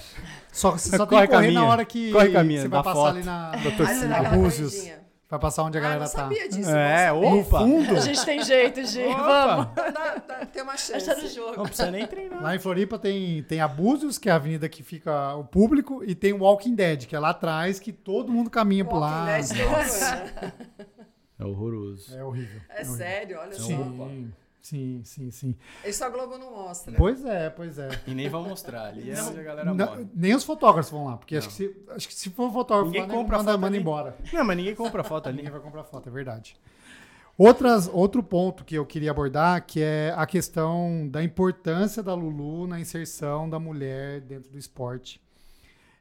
[SPEAKER 2] Só, você só
[SPEAKER 1] Corre
[SPEAKER 2] tem que correr
[SPEAKER 1] caminha.
[SPEAKER 2] na hora que
[SPEAKER 1] Corre caminha,
[SPEAKER 2] você vai
[SPEAKER 1] dá
[SPEAKER 2] passar
[SPEAKER 1] foto.
[SPEAKER 2] ali na
[SPEAKER 3] Aí você dá
[SPEAKER 2] na
[SPEAKER 3] aquela
[SPEAKER 2] Búzios.
[SPEAKER 3] corridinha.
[SPEAKER 2] Vai passar onde a
[SPEAKER 3] Ah,
[SPEAKER 2] galera
[SPEAKER 3] não
[SPEAKER 2] tá.
[SPEAKER 3] sabia disso.
[SPEAKER 1] é
[SPEAKER 3] não
[SPEAKER 2] No
[SPEAKER 1] opa!
[SPEAKER 2] fundo,
[SPEAKER 4] A gente tem jeito de. [laughs] Vamos.
[SPEAKER 3] sabia. Dá- dá- Tem uma chance.
[SPEAKER 4] Achar no jogo.
[SPEAKER 1] Não precisa nem treinar.
[SPEAKER 2] lá em Floripa tem, tem Abusos, que é a avenida que fica o público, e tem o Walking Dead, que é lá atrás, que todo mundo caminha por lá.
[SPEAKER 3] Walking Dead tem um
[SPEAKER 2] [laughs]
[SPEAKER 3] ano.
[SPEAKER 1] É horroroso.
[SPEAKER 2] É horrível.
[SPEAKER 3] É
[SPEAKER 2] horrível.
[SPEAKER 3] sério, olha só.
[SPEAKER 2] Sim, sim, sim, sim.
[SPEAKER 3] Isso a Globo não mostra.
[SPEAKER 2] Pois é, pois é.
[SPEAKER 1] E nem vão mostrar. Ali é onde a galera
[SPEAKER 2] Não,
[SPEAKER 1] morre.
[SPEAKER 2] nem os fotógrafos vão lá, porque acho
[SPEAKER 1] Não.
[SPEAKER 2] que, se, acho que se for fotógrafo,
[SPEAKER 1] Ninguém
[SPEAKER 2] lá, né,
[SPEAKER 1] compra a
[SPEAKER 2] manda,
[SPEAKER 1] foto
[SPEAKER 2] manda
[SPEAKER 1] ali.
[SPEAKER 2] embora.
[SPEAKER 1] Não, mas ninguém compra foto ali.
[SPEAKER 2] Ninguém vai comprar foto, é verdade. Outras, outro ponto que eu queria abordar, que é a questão da importância da Lulu na inserção da mulher dentro do esporte.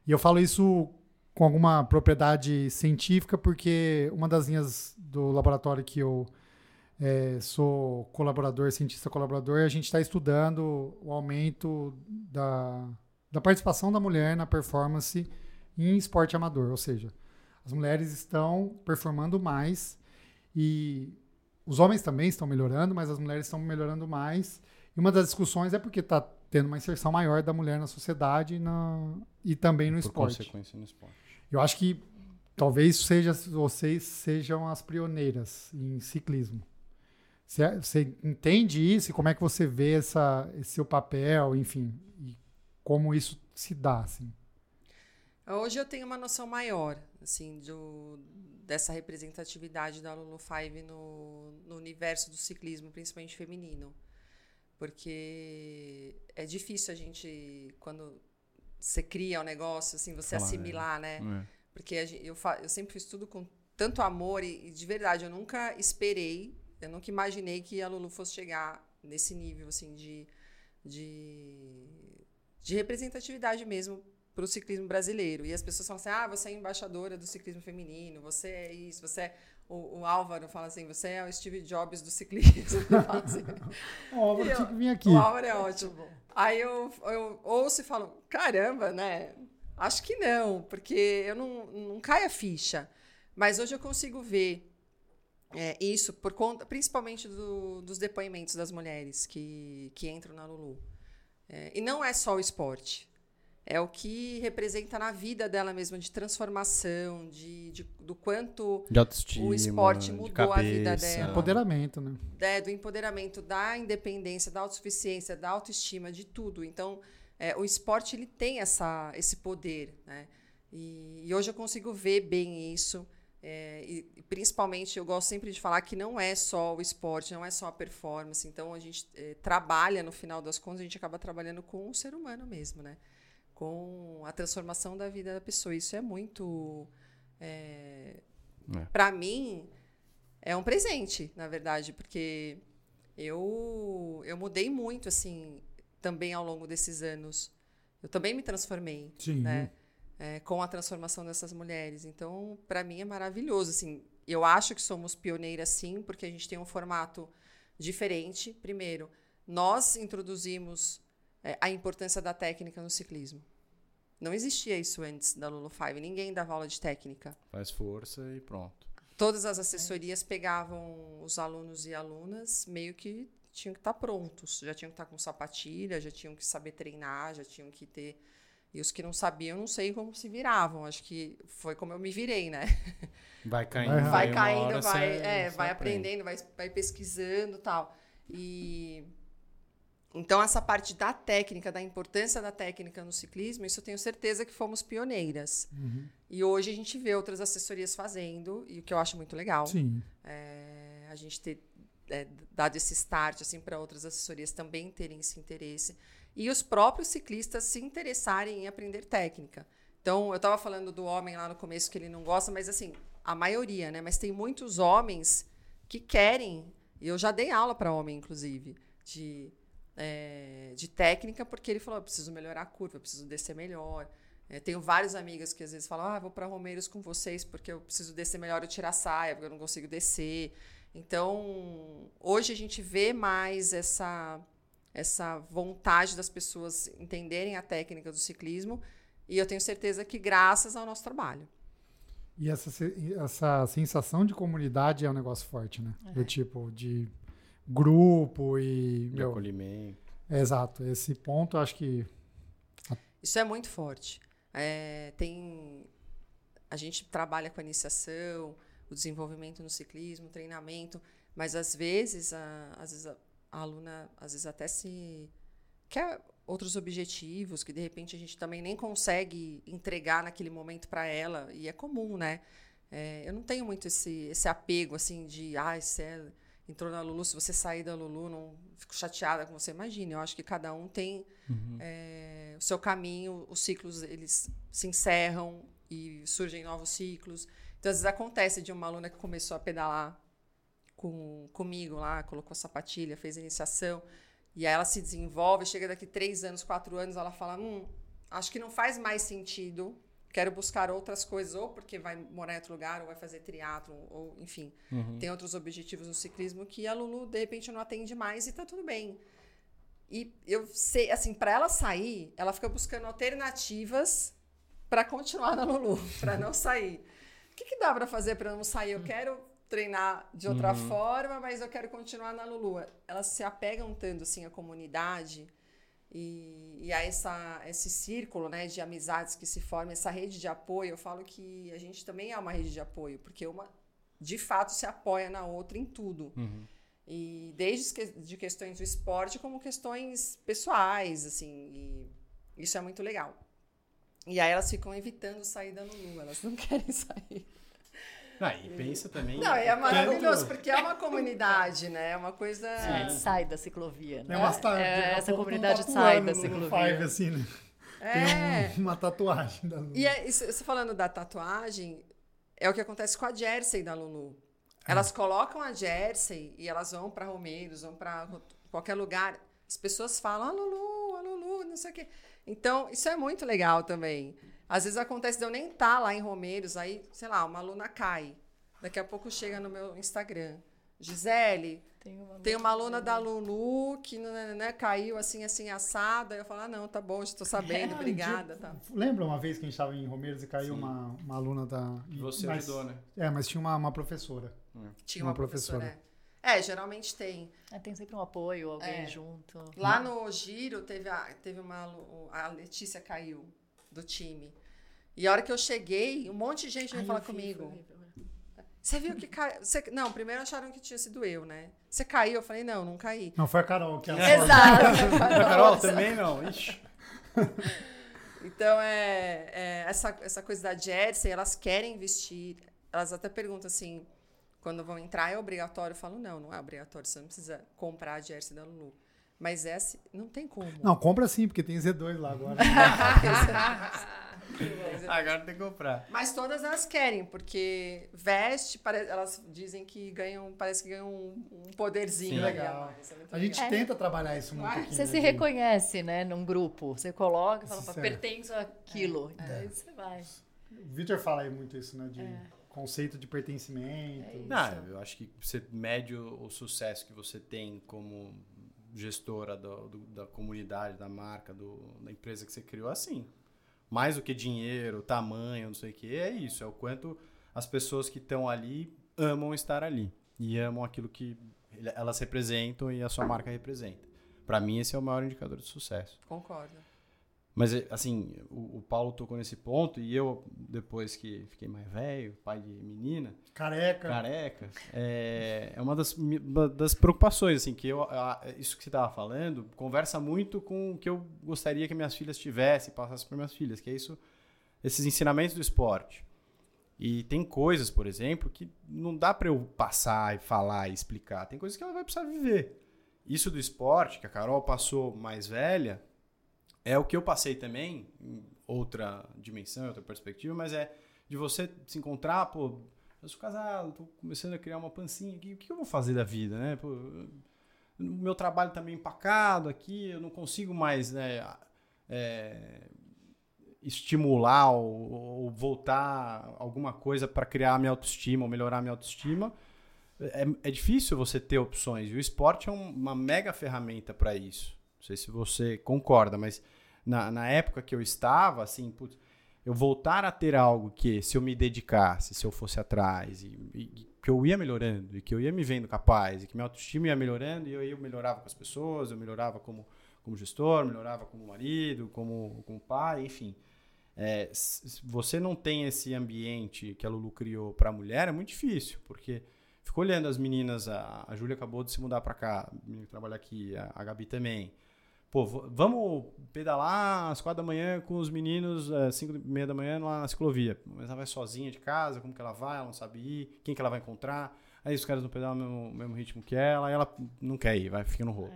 [SPEAKER 2] E eu falo isso com alguma propriedade científica, porque uma das linhas do laboratório que eu eh, sou colaborador, cientista colaborador, a gente está estudando o aumento da, da participação da mulher na performance em esporte amador, ou seja, as mulheres estão performando mais e os homens também estão melhorando, mas as mulheres estão melhorando mais. E uma das discussões é porque está tendo uma inserção maior da mulher na sociedade e, na- e também no
[SPEAKER 1] Por
[SPEAKER 2] esporte.
[SPEAKER 1] consequência, no esporte.
[SPEAKER 2] Eu acho que talvez seja, vocês sejam as pioneiras em ciclismo. Você, você entende isso e como é que você vê essa, esse seu papel, enfim, e como isso se dá, assim?
[SPEAKER 3] Hoje eu tenho uma noção maior, assim, do, dessa representatividade da Lulu Five no, no universo do ciclismo, principalmente feminino. Porque é difícil a gente, quando você cria um negócio, assim, você
[SPEAKER 1] Falar, né?
[SPEAKER 3] assimilar, né? Porque a gen- eu, fa- eu sempre fiz tudo com tanto amor e, e de verdade, eu nunca esperei, eu nunca imaginei que a Lulu fosse chegar nesse nível assim de, de, de representatividade mesmo para o ciclismo brasileiro. E as pessoas falam assim: ah, você é embaixadora do ciclismo feminino, você é isso, você é. O, o Álvaro fala assim: você é o Steve Jobs do ciclismo. [laughs] Eu falo assim,
[SPEAKER 2] Ó,
[SPEAKER 3] eu-
[SPEAKER 2] eu tinha que vir aqui.
[SPEAKER 3] o Álvaro é ótimo. Aí eu, eu ouço e falo, caramba, né? Acho que não, porque eu não, não caio a ficha. Mas hoje eu consigo ver é, isso por conta, principalmente do- dos depoimentos das mulheres que, que entram na Lulu. É, e não é só o esporte. É o que representa na vida dela mesma, de transformação, de, de- do quanto
[SPEAKER 1] De autoestima.
[SPEAKER 3] O esporte
[SPEAKER 1] de
[SPEAKER 3] mudou a vida
[SPEAKER 1] cabeça.
[SPEAKER 3] dela.
[SPEAKER 2] Empoderamento, né?
[SPEAKER 3] né, do empoderamento, da independência, da autossuficiência, da autoestima, de tudo. Então, é, o esporte ele tem essa, esse poder, né? E, e hoje eu consigo ver bem isso. é, e, e principalmente eu gosto sempre de falar que não é só o esporte, não é só a performance. Então a gente é, trabalha no final das contas, a gente acaba trabalhando com o ser humano mesmo, né? Com a transformação da vida da pessoa. Isso é muito, é,
[SPEAKER 1] É.
[SPEAKER 3] para mim, é um presente, na verdade, porque eu eu mudei muito assim também ao longo desses anos. Eu também me transformei,
[SPEAKER 2] Sim.
[SPEAKER 3] né? É, com a transformação dessas mulheres. Então, para mim é maravilhoso, assim. Eu acho que somos pioneiras sim, porque a gente tem um formato diferente. Primeiro, nós introduzimos é, a importância da técnica no ciclismo. Não existia isso antes da Lulu Five. Ninguém dava aula de técnica
[SPEAKER 1] Faz força e pronto.
[SPEAKER 3] todas as assessorias pegavam os alunos e alunas meio que tinham que estar prontos, já tinham que estar com sapatilha, já tinham que saber treinar, já tinham que ter. E os que não sabiam, não sei como se viravam. Acho que foi como eu me virei, né?
[SPEAKER 1] [laughs] Vai caindo.
[SPEAKER 2] Vai
[SPEAKER 3] vai
[SPEAKER 1] uma
[SPEAKER 3] caindo,
[SPEAKER 1] hora
[SPEAKER 3] vai,
[SPEAKER 1] cê-
[SPEAKER 3] é,
[SPEAKER 1] cê
[SPEAKER 3] vai
[SPEAKER 1] aprende.
[SPEAKER 3] aprendendo, vai, vai pesquisando tal. E então essa parte da técnica, da importância da técnica no ciclismo, isso eu tenho certeza que fomos pioneiras.
[SPEAKER 2] Uhum.
[SPEAKER 3] E hoje a gente vê outras assessorias fazendo, e o que eu acho muito legal
[SPEAKER 2] Então Sim.
[SPEAKER 3] é, a gente ter é, dado esse start assim para outras assessorias também terem esse interesse e os próprios ciclistas se interessarem em aprender técnica. Então, eu tava falando do homem lá no começo que ele não gosta, mas assim, a maioria, né? Mas tem muitos homens que querem. E eu já dei aula para homem, inclusive, de, é, de técnica, porque ele falou: "Ah, eu preciso melhorar a curva, eu preciso descer melhor. É, tenho vários amigos que às vezes falam: ah, vou para Romeiros com vocês porque eu preciso descer melhor, eu tirar a saia, porque eu não consigo descer. Então, hoje a gente vê mais essa, essa vontade das pessoas entenderem a técnica do ciclismo. E eu tenho certeza que graças ao nosso trabalho.
[SPEAKER 2] E essa, se- essa sensação de comunidade é um negócio forte, né? Do tipo, de grupo e.
[SPEAKER 1] De
[SPEAKER 2] meu,
[SPEAKER 1] acolhimento.
[SPEAKER 2] é, exato. Esse ponto eu acho que.
[SPEAKER 3] Isso é muito forte. É, tem a gente trabalha com a iniciação, o desenvolvimento no ciclismo, o treinamento, mas às vezes a, às vezes a, a aluna às vezes até se quer outros objetivos que de repente a gente também nem consegue entregar naquele momento para ela e é comum, né? É, eu não tenho muito esse, esse apego assim de ah, você entrou na Lulu, se você sair da Lulu, não fico chateada com você. Imagina, eu acho que cada um tem é, o seu caminho, os ciclos eles se encerram e surgem novos ciclos. Então, às vezes acontece de uma aluna que começou a pedalar com, comigo lá, colocou sapatilha, fez a iniciação, e aí ela se desenvolve, chega daqui três anos, quatro anos, ela fala, hum, acho que não faz mais sentido, quero buscar outras coisas, ou porque vai morar em outro lugar, ou vai fazer triatlo, ou enfim,
[SPEAKER 1] Uhum.
[SPEAKER 3] tem outros objetivos no ciclismo que a Lulu, de repente, não atende mais e tá tudo bem. E eu sei, assim, para ela sair, ela fica buscando alternativas para continuar na Lulu, [laughs] para não sair. O que, que dá para fazer para não sair? Eu quero treinar de outra forma, mas eu quero continuar na Lulu. Elas se apegam tanto assim à comunidade e, e a essa, esse círculo né, de amizades que se forma, essa rede de apoio. Eu falo que a gente também é uma rede de apoio, porque uma de fato se apoia na outra em tudo. E desde que- de questões do esporte como questões pessoais, assim, e isso é muito legal. E aí elas ficam evitando sair da Lulu, elas não [laughs] querem sair.
[SPEAKER 1] Ah, e pensa também.
[SPEAKER 3] Não, e é
[SPEAKER 1] tanto-
[SPEAKER 3] maravilhoso, porque é uma comunidade, né? É uma coisa.
[SPEAKER 4] É, sai da ciclovia, né?
[SPEAKER 2] É umas tar-
[SPEAKER 4] É,
[SPEAKER 2] daqui a
[SPEAKER 4] essa
[SPEAKER 2] pouco tão
[SPEAKER 4] comunidade
[SPEAKER 2] tatuando
[SPEAKER 4] sai da
[SPEAKER 2] no
[SPEAKER 4] ciclovia.
[SPEAKER 2] né? Five, assim, né?
[SPEAKER 3] É.
[SPEAKER 2] Tem um- [laughs] uma tatuagem da Lulu.
[SPEAKER 3] E é, isso- você falando da tatuagem, é o que acontece com a Jersey da Lulu. Elas colocam a Jersey e elas vão para Romeiros, vão para qualquer lugar. As pessoas falam, a Lulu, a Lulu, não sei o quê. Então, isso é muito legal também. Às vezes acontece de eu nem estar lá em Romeiros, aí, sei lá, uma aluna cai. Daqui a pouco chega no meu Instagram. Gisele,
[SPEAKER 4] Tem uma
[SPEAKER 3] tem uma aluna da Lulu que né, né, caiu assim, assim, assada. Aí eu falo, ah, não, tá bom, estou sabendo,
[SPEAKER 2] [laughs] Ah,
[SPEAKER 3] obrigada. Tá.
[SPEAKER 2] Lembra uma vez que a gente estava em Romeiros e caiu uma, uma aluna da. e-
[SPEAKER 1] Você
[SPEAKER 2] mas-
[SPEAKER 1] ajudou, né?
[SPEAKER 2] É, mas tinha uma, uma professora.
[SPEAKER 3] Tinha
[SPEAKER 2] Uma
[SPEAKER 3] uma, professora.
[SPEAKER 2] professora.
[SPEAKER 3] É. É, geralmente tem.
[SPEAKER 4] Ah, tem sempre um apoio, alguém
[SPEAKER 3] É.
[SPEAKER 4] junto.
[SPEAKER 3] Lá no Giro teve, a, teve uma. alu- A Letícia caiu do time. E a hora que eu cheguei, um monte de gente veio
[SPEAKER 4] Ai,
[SPEAKER 3] falar
[SPEAKER 4] eu vi,
[SPEAKER 3] comigo.
[SPEAKER 4] foi horrível.
[SPEAKER 3] Você viu que caiu. Você- Não, primeiro acharam que tinha sido eu, né? Você caiu? Eu falei, não, não caí.
[SPEAKER 2] Não, foi a Carol que ela [laughs]
[SPEAKER 4] [laughs] Exato.
[SPEAKER 1] A Carol também não. Ixi.
[SPEAKER 3] Então, é, é, essa, essa coisa da Jersey, elas querem vestir. Elas até perguntam assim, quando vão entrar, é obrigatório? Eu falo, não, não é obrigatório. Você não precisa comprar a Jersey da Lulu. Mas essa, não tem como.
[SPEAKER 2] Não, compra sim, porque tem Z2 lá
[SPEAKER 4] [laughs]
[SPEAKER 2] agora.
[SPEAKER 1] [laughs] Agora tem que comprar.
[SPEAKER 3] [laughs] Mas todas elas querem, porque veste, pare- elas dizem que ganham, parece que ganham um, um poderzinho
[SPEAKER 1] Sim.
[SPEAKER 3] ali a
[SPEAKER 2] Legal.
[SPEAKER 3] mais. É muito
[SPEAKER 2] A gente
[SPEAKER 4] É.
[SPEAKER 2] tenta trabalhar isso muito. aqui,
[SPEAKER 4] Você
[SPEAKER 2] né,
[SPEAKER 4] se
[SPEAKER 2] de-
[SPEAKER 4] reconhece, né, num grupo. Você coloca e fala,
[SPEAKER 2] Isso
[SPEAKER 4] "Pá,
[SPEAKER 2] é.
[SPEAKER 4] pertenço àquilo. Então aí você vai.
[SPEAKER 2] O Vitor fala aí muito isso, né? De conceito de pertencimento.
[SPEAKER 4] É isso.
[SPEAKER 1] Não, Ah, eu acho que você mede o, o sucesso que você tem como gestora do- do- da comunidade, da marca, do- da empresa que você criou, assim. Mais do que dinheiro, tamanho, não sei o que, é isso. É o quanto as pessoas que estão ali amam estar ali e amam aquilo que ele- elas representam e a sua marca representa. Para mim, esse é o maior indicador de sucesso.
[SPEAKER 3] Concordo.
[SPEAKER 1] Mas, eh, assim, o, o Paulo tocou nesse ponto e eu, depois que fiquei mais velho, pai de menina,
[SPEAKER 2] Careca.
[SPEAKER 1] careca é, é uma das, mi- ba- das preocupações assim que eu a- isso que você estava falando conversa muito com o que eu gostaria que minhas filhas tivessem passasse para minhas filhas que é isso esses ensinamentos do esporte e tem coisas por exemplo que não dá para eu passar e falar e explicar tem coisas que ela vai precisar viver isso do esporte que a Carol passou mais velha É o que eu passei também, em outra dimensão, em outra perspectiva, mas é de você se encontrar, pô, eu sou casado, tô começando a criar uma pancinha aqui, o que eu vou fazer da vida, né? Pô, eu- o meu trabalho tá meio empacado aqui, eu não consigo mais, né, a- é, estimular ou, ou voltar alguma coisa para criar a minha autoestima ou melhorar a minha autoestima. É, é difícil você ter opções e o esporte é um- uma mega ferramenta para isso. Não sei se você concorda, mas na, na época que eu estava, assim, putz, eu voltar a ter algo que, se eu me dedicasse, se eu fosse atrás, e, e- que eu ia melhorando, e que eu ia me vendo capaz, e que minha autoestima ia melhorando, e eu, eu melhorava com as pessoas, eu melhorava como, como gestor, melhorava como marido, como, como pai, enfim. É, s- se você não tem esse ambiente que a Lulu criou para a mulher, é muito difícil, porque fico olhando as meninas, a, a Júlia acabou de se mudar para cá, a menina que trabalha aqui, a, a Gabi também. Pô, v- vamos pedalar às quatro da manhã com os meninos, eh, cinco e meia da manhã lá na ciclovia. Mas ela vai sozinha de casa, como que ela vai? Ela não sabe ir, quem que ela vai encontrar? Aí os caras não pedalam o mesmo, o mesmo ritmo que ela, aí ela não quer ir, vai fica no rolo.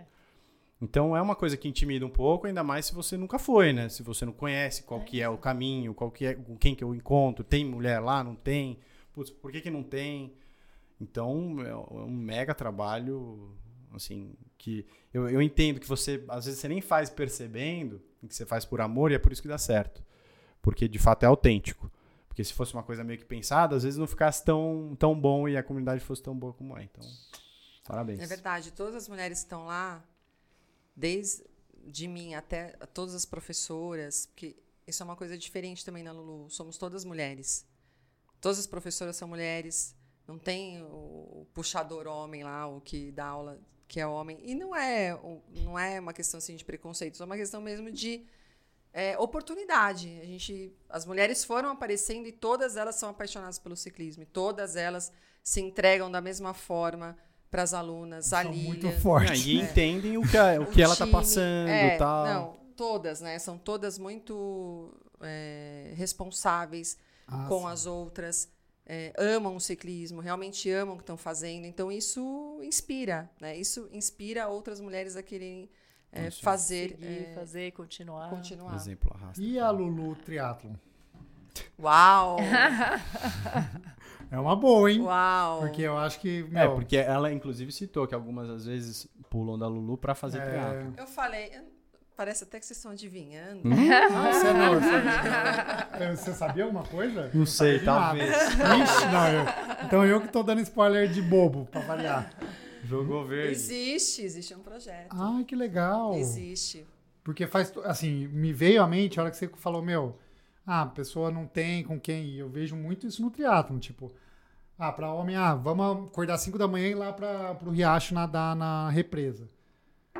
[SPEAKER 1] Então é uma coisa que intimida um pouco, ainda mais se você nunca foi, né? Se você não conhece qual que é o caminho, qual que é, com quem que eu encontro, tem mulher lá, não tem? Putz, por que que não tem? Então é um mega trabalho, assim, que eu, eu entendo que você, às vezes você nem faz percebendo que você faz por amor e é por isso que dá certo. Porque de fato é autêntico. Porque se fosse uma coisa meio que pensada, às vezes não ficasse tão, tão bom e a comunidade fosse tão boa como é. Então, parabéns.
[SPEAKER 3] É verdade, todas as mulheres que estão lá, desde de mim até todas as professoras, porque isso é uma coisa diferente também na Lulu, somos todas mulheres. Todas as professoras são mulheres, não tem o, o puxador homem lá, o que dá aula que é homem. E não é, o- não é uma questão assim de preconceito, é uma questão mesmo de é, oportunidade. A gente, as mulheres foram aparecendo e todas elas são apaixonadas pelo ciclismo. E todas elas se entregam da mesma forma para as alunas. A
[SPEAKER 2] São
[SPEAKER 3] Lilia,
[SPEAKER 2] muito
[SPEAKER 1] Ah,
[SPEAKER 2] forte.
[SPEAKER 1] e entendem o que, a- o que ela tá
[SPEAKER 3] É. time,
[SPEAKER 1] passando
[SPEAKER 3] é,
[SPEAKER 1] e tal.
[SPEAKER 3] Não, todas, né? São todas muito é, responsáveis
[SPEAKER 2] Ah,
[SPEAKER 3] com
[SPEAKER 2] sim.
[SPEAKER 3] as outras. é, amam o ciclismo, realmente amam o que estão fazendo. Então, isso inspira, né? Isso inspira outras mulheres a quererem é,
[SPEAKER 1] Isso.
[SPEAKER 3] fazer,
[SPEAKER 4] Seguir, Ah.
[SPEAKER 3] é,
[SPEAKER 4] fazer, continuar.
[SPEAKER 1] Por
[SPEAKER 3] continuar.
[SPEAKER 1] exemplo, arrasta.
[SPEAKER 2] E a Lulu Triathlon?
[SPEAKER 3] Uau!
[SPEAKER 2] É uma boa, hein?
[SPEAKER 3] Uau!
[SPEAKER 2] Porque eu acho que. Meu,
[SPEAKER 1] É, porque ela inclusive citou que algumas às vezes pulam da Lulu pra fazer
[SPEAKER 2] é-
[SPEAKER 1] triatlo.
[SPEAKER 3] Eu falei, eu- parece até que vocês estão adivinhando.
[SPEAKER 2] Ah, você, não, você, você sabia alguma coisa?
[SPEAKER 1] Não sei,
[SPEAKER 2] de nada.
[SPEAKER 1] talvez.
[SPEAKER 2] Ixi, não, eu- então eu que tô dando spoiler de bobo, pra variar.
[SPEAKER 1] Jogou verde.
[SPEAKER 3] Existe, existe um projeto.
[SPEAKER 2] Ah, que legal.
[SPEAKER 3] Existe.
[SPEAKER 2] Porque faz, to- assim, me veio à mente a hora que você falou, meu, ah, a pessoa não tem com quem ir. Eu vejo muito isso no triatlon, tipo, ah, pra homem, ah, vamos acordar às 5 da manhã e ir lá pra, pro riacho nadar na represa.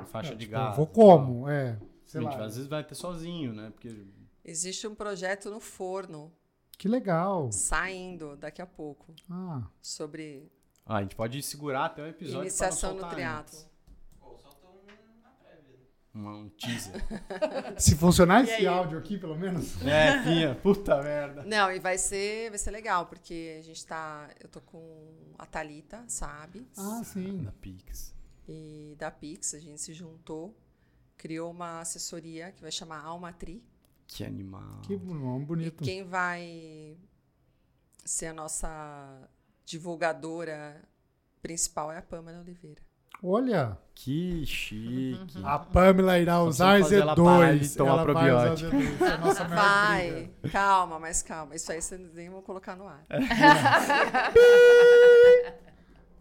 [SPEAKER 1] Faixa de tá.
[SPEAKER 2] Tipo,
[SPEAKER 1] gás.
[SPEAKER 2] vou como, é,
[SPEAKER 1] Sei
[SPEAKER 2] sei lá.
[SPEAKER 1] Às vezes vai ter sozinho, né? Porque
[SPEAKER 3] Existe um projeto no forno,
[SPEAKER 2] Que legal.
[SPEAKER 3] saindo daqui a pouco,
[SPEAKER 2] Ah,
[SPEAKER 3] sobre
[SPEAKER 1] ah, a gente pode segurar até o episódio. pra não
[SPEAKER 3] iniciação no
[SPEAKER 1] soltar
[SPEAKER 3] triatlo.
[SPEAKER 1] antes. Uma- Um teaser. [laughs]
[SPEAKER 2] se funcionar esse áudio aqui, pelo menos.
[SPEAKER 1] é, Fia, puta merda.
[SPEAKER 3] Não, e vai ser, vai ser legal, porque a gente tá, eu tô com a Thalita, sabe?
[SPEAKER 2] Ah, sim.
[SPEAKER 1] Na Pix.
[SPEAKER 3] E da Pix, a gente se juntou, criou uma assessoria que vai chamar Almatri.
[SPEAKER 1] Que animal.
[SPEAKER 2] Que nome bonito.
[SPEAKER 3] E quem vai ser a nossa divulgadora principal é a Pâmela Oliveira.
[SPEAKER 2] Olha,
[SPEAKER 1] Que chique.
[SPEAKER 3] Uhum.
[SPEAKER 2] a Pamela irá usar
[SPEAKER 1] precisa fazer ela então, parar de
[SPEAKER 2] Z2.
[SPEAKER 1] tomar
[SPEAKER 2] vai usar
[SPEAKER 1] probiótico.
[SPEAKER 2] Z2. Essa é a nossa maior briga.
[SPEAKER 3] Vai, calma, mas calma. Isso aí vocês nem vão colocar no ar.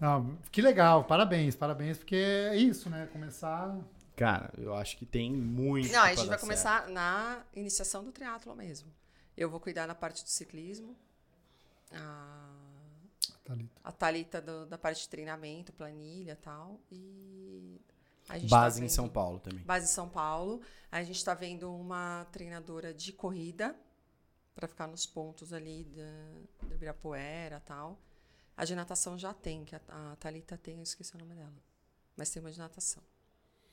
[SPEAKER 2] Não, que legal, parabéns, parabéns, porque é isso, né? Começar.
[SPEAKER 1] Cara, eu acho que tem muito.
[SPEAKER 3] Não, a
[SPEAKER 1] pra
[SPEAKER 3] gente
[SPEAKER 1] dar
[SPEAKER 3] vai começar na iniciação do triatlo mesmo. Eu vou cuidar na parte do ciclismo. Ah, A
[SPEAKER 2] Thalita.
[SPEAKER 3] a Thalita do- da parte de treinamento, planilha e tal. E a
[SPEAKER 1] certo.
[SPEAKER 3] tá
[SPEAKER 1] Base em
[SPEAKER 3] vendo-
[SPEAKER 1] São Paulo também.
[SPEAKER 3] Base em São Paulo. A gente está vendo uma treinadora de corrida para ficar nos pontos ali da, do Ibirapuera tal. A de natação já tem, que a, a Thalita tem, eu esqueci o nome dela. Mas tem uma de natação.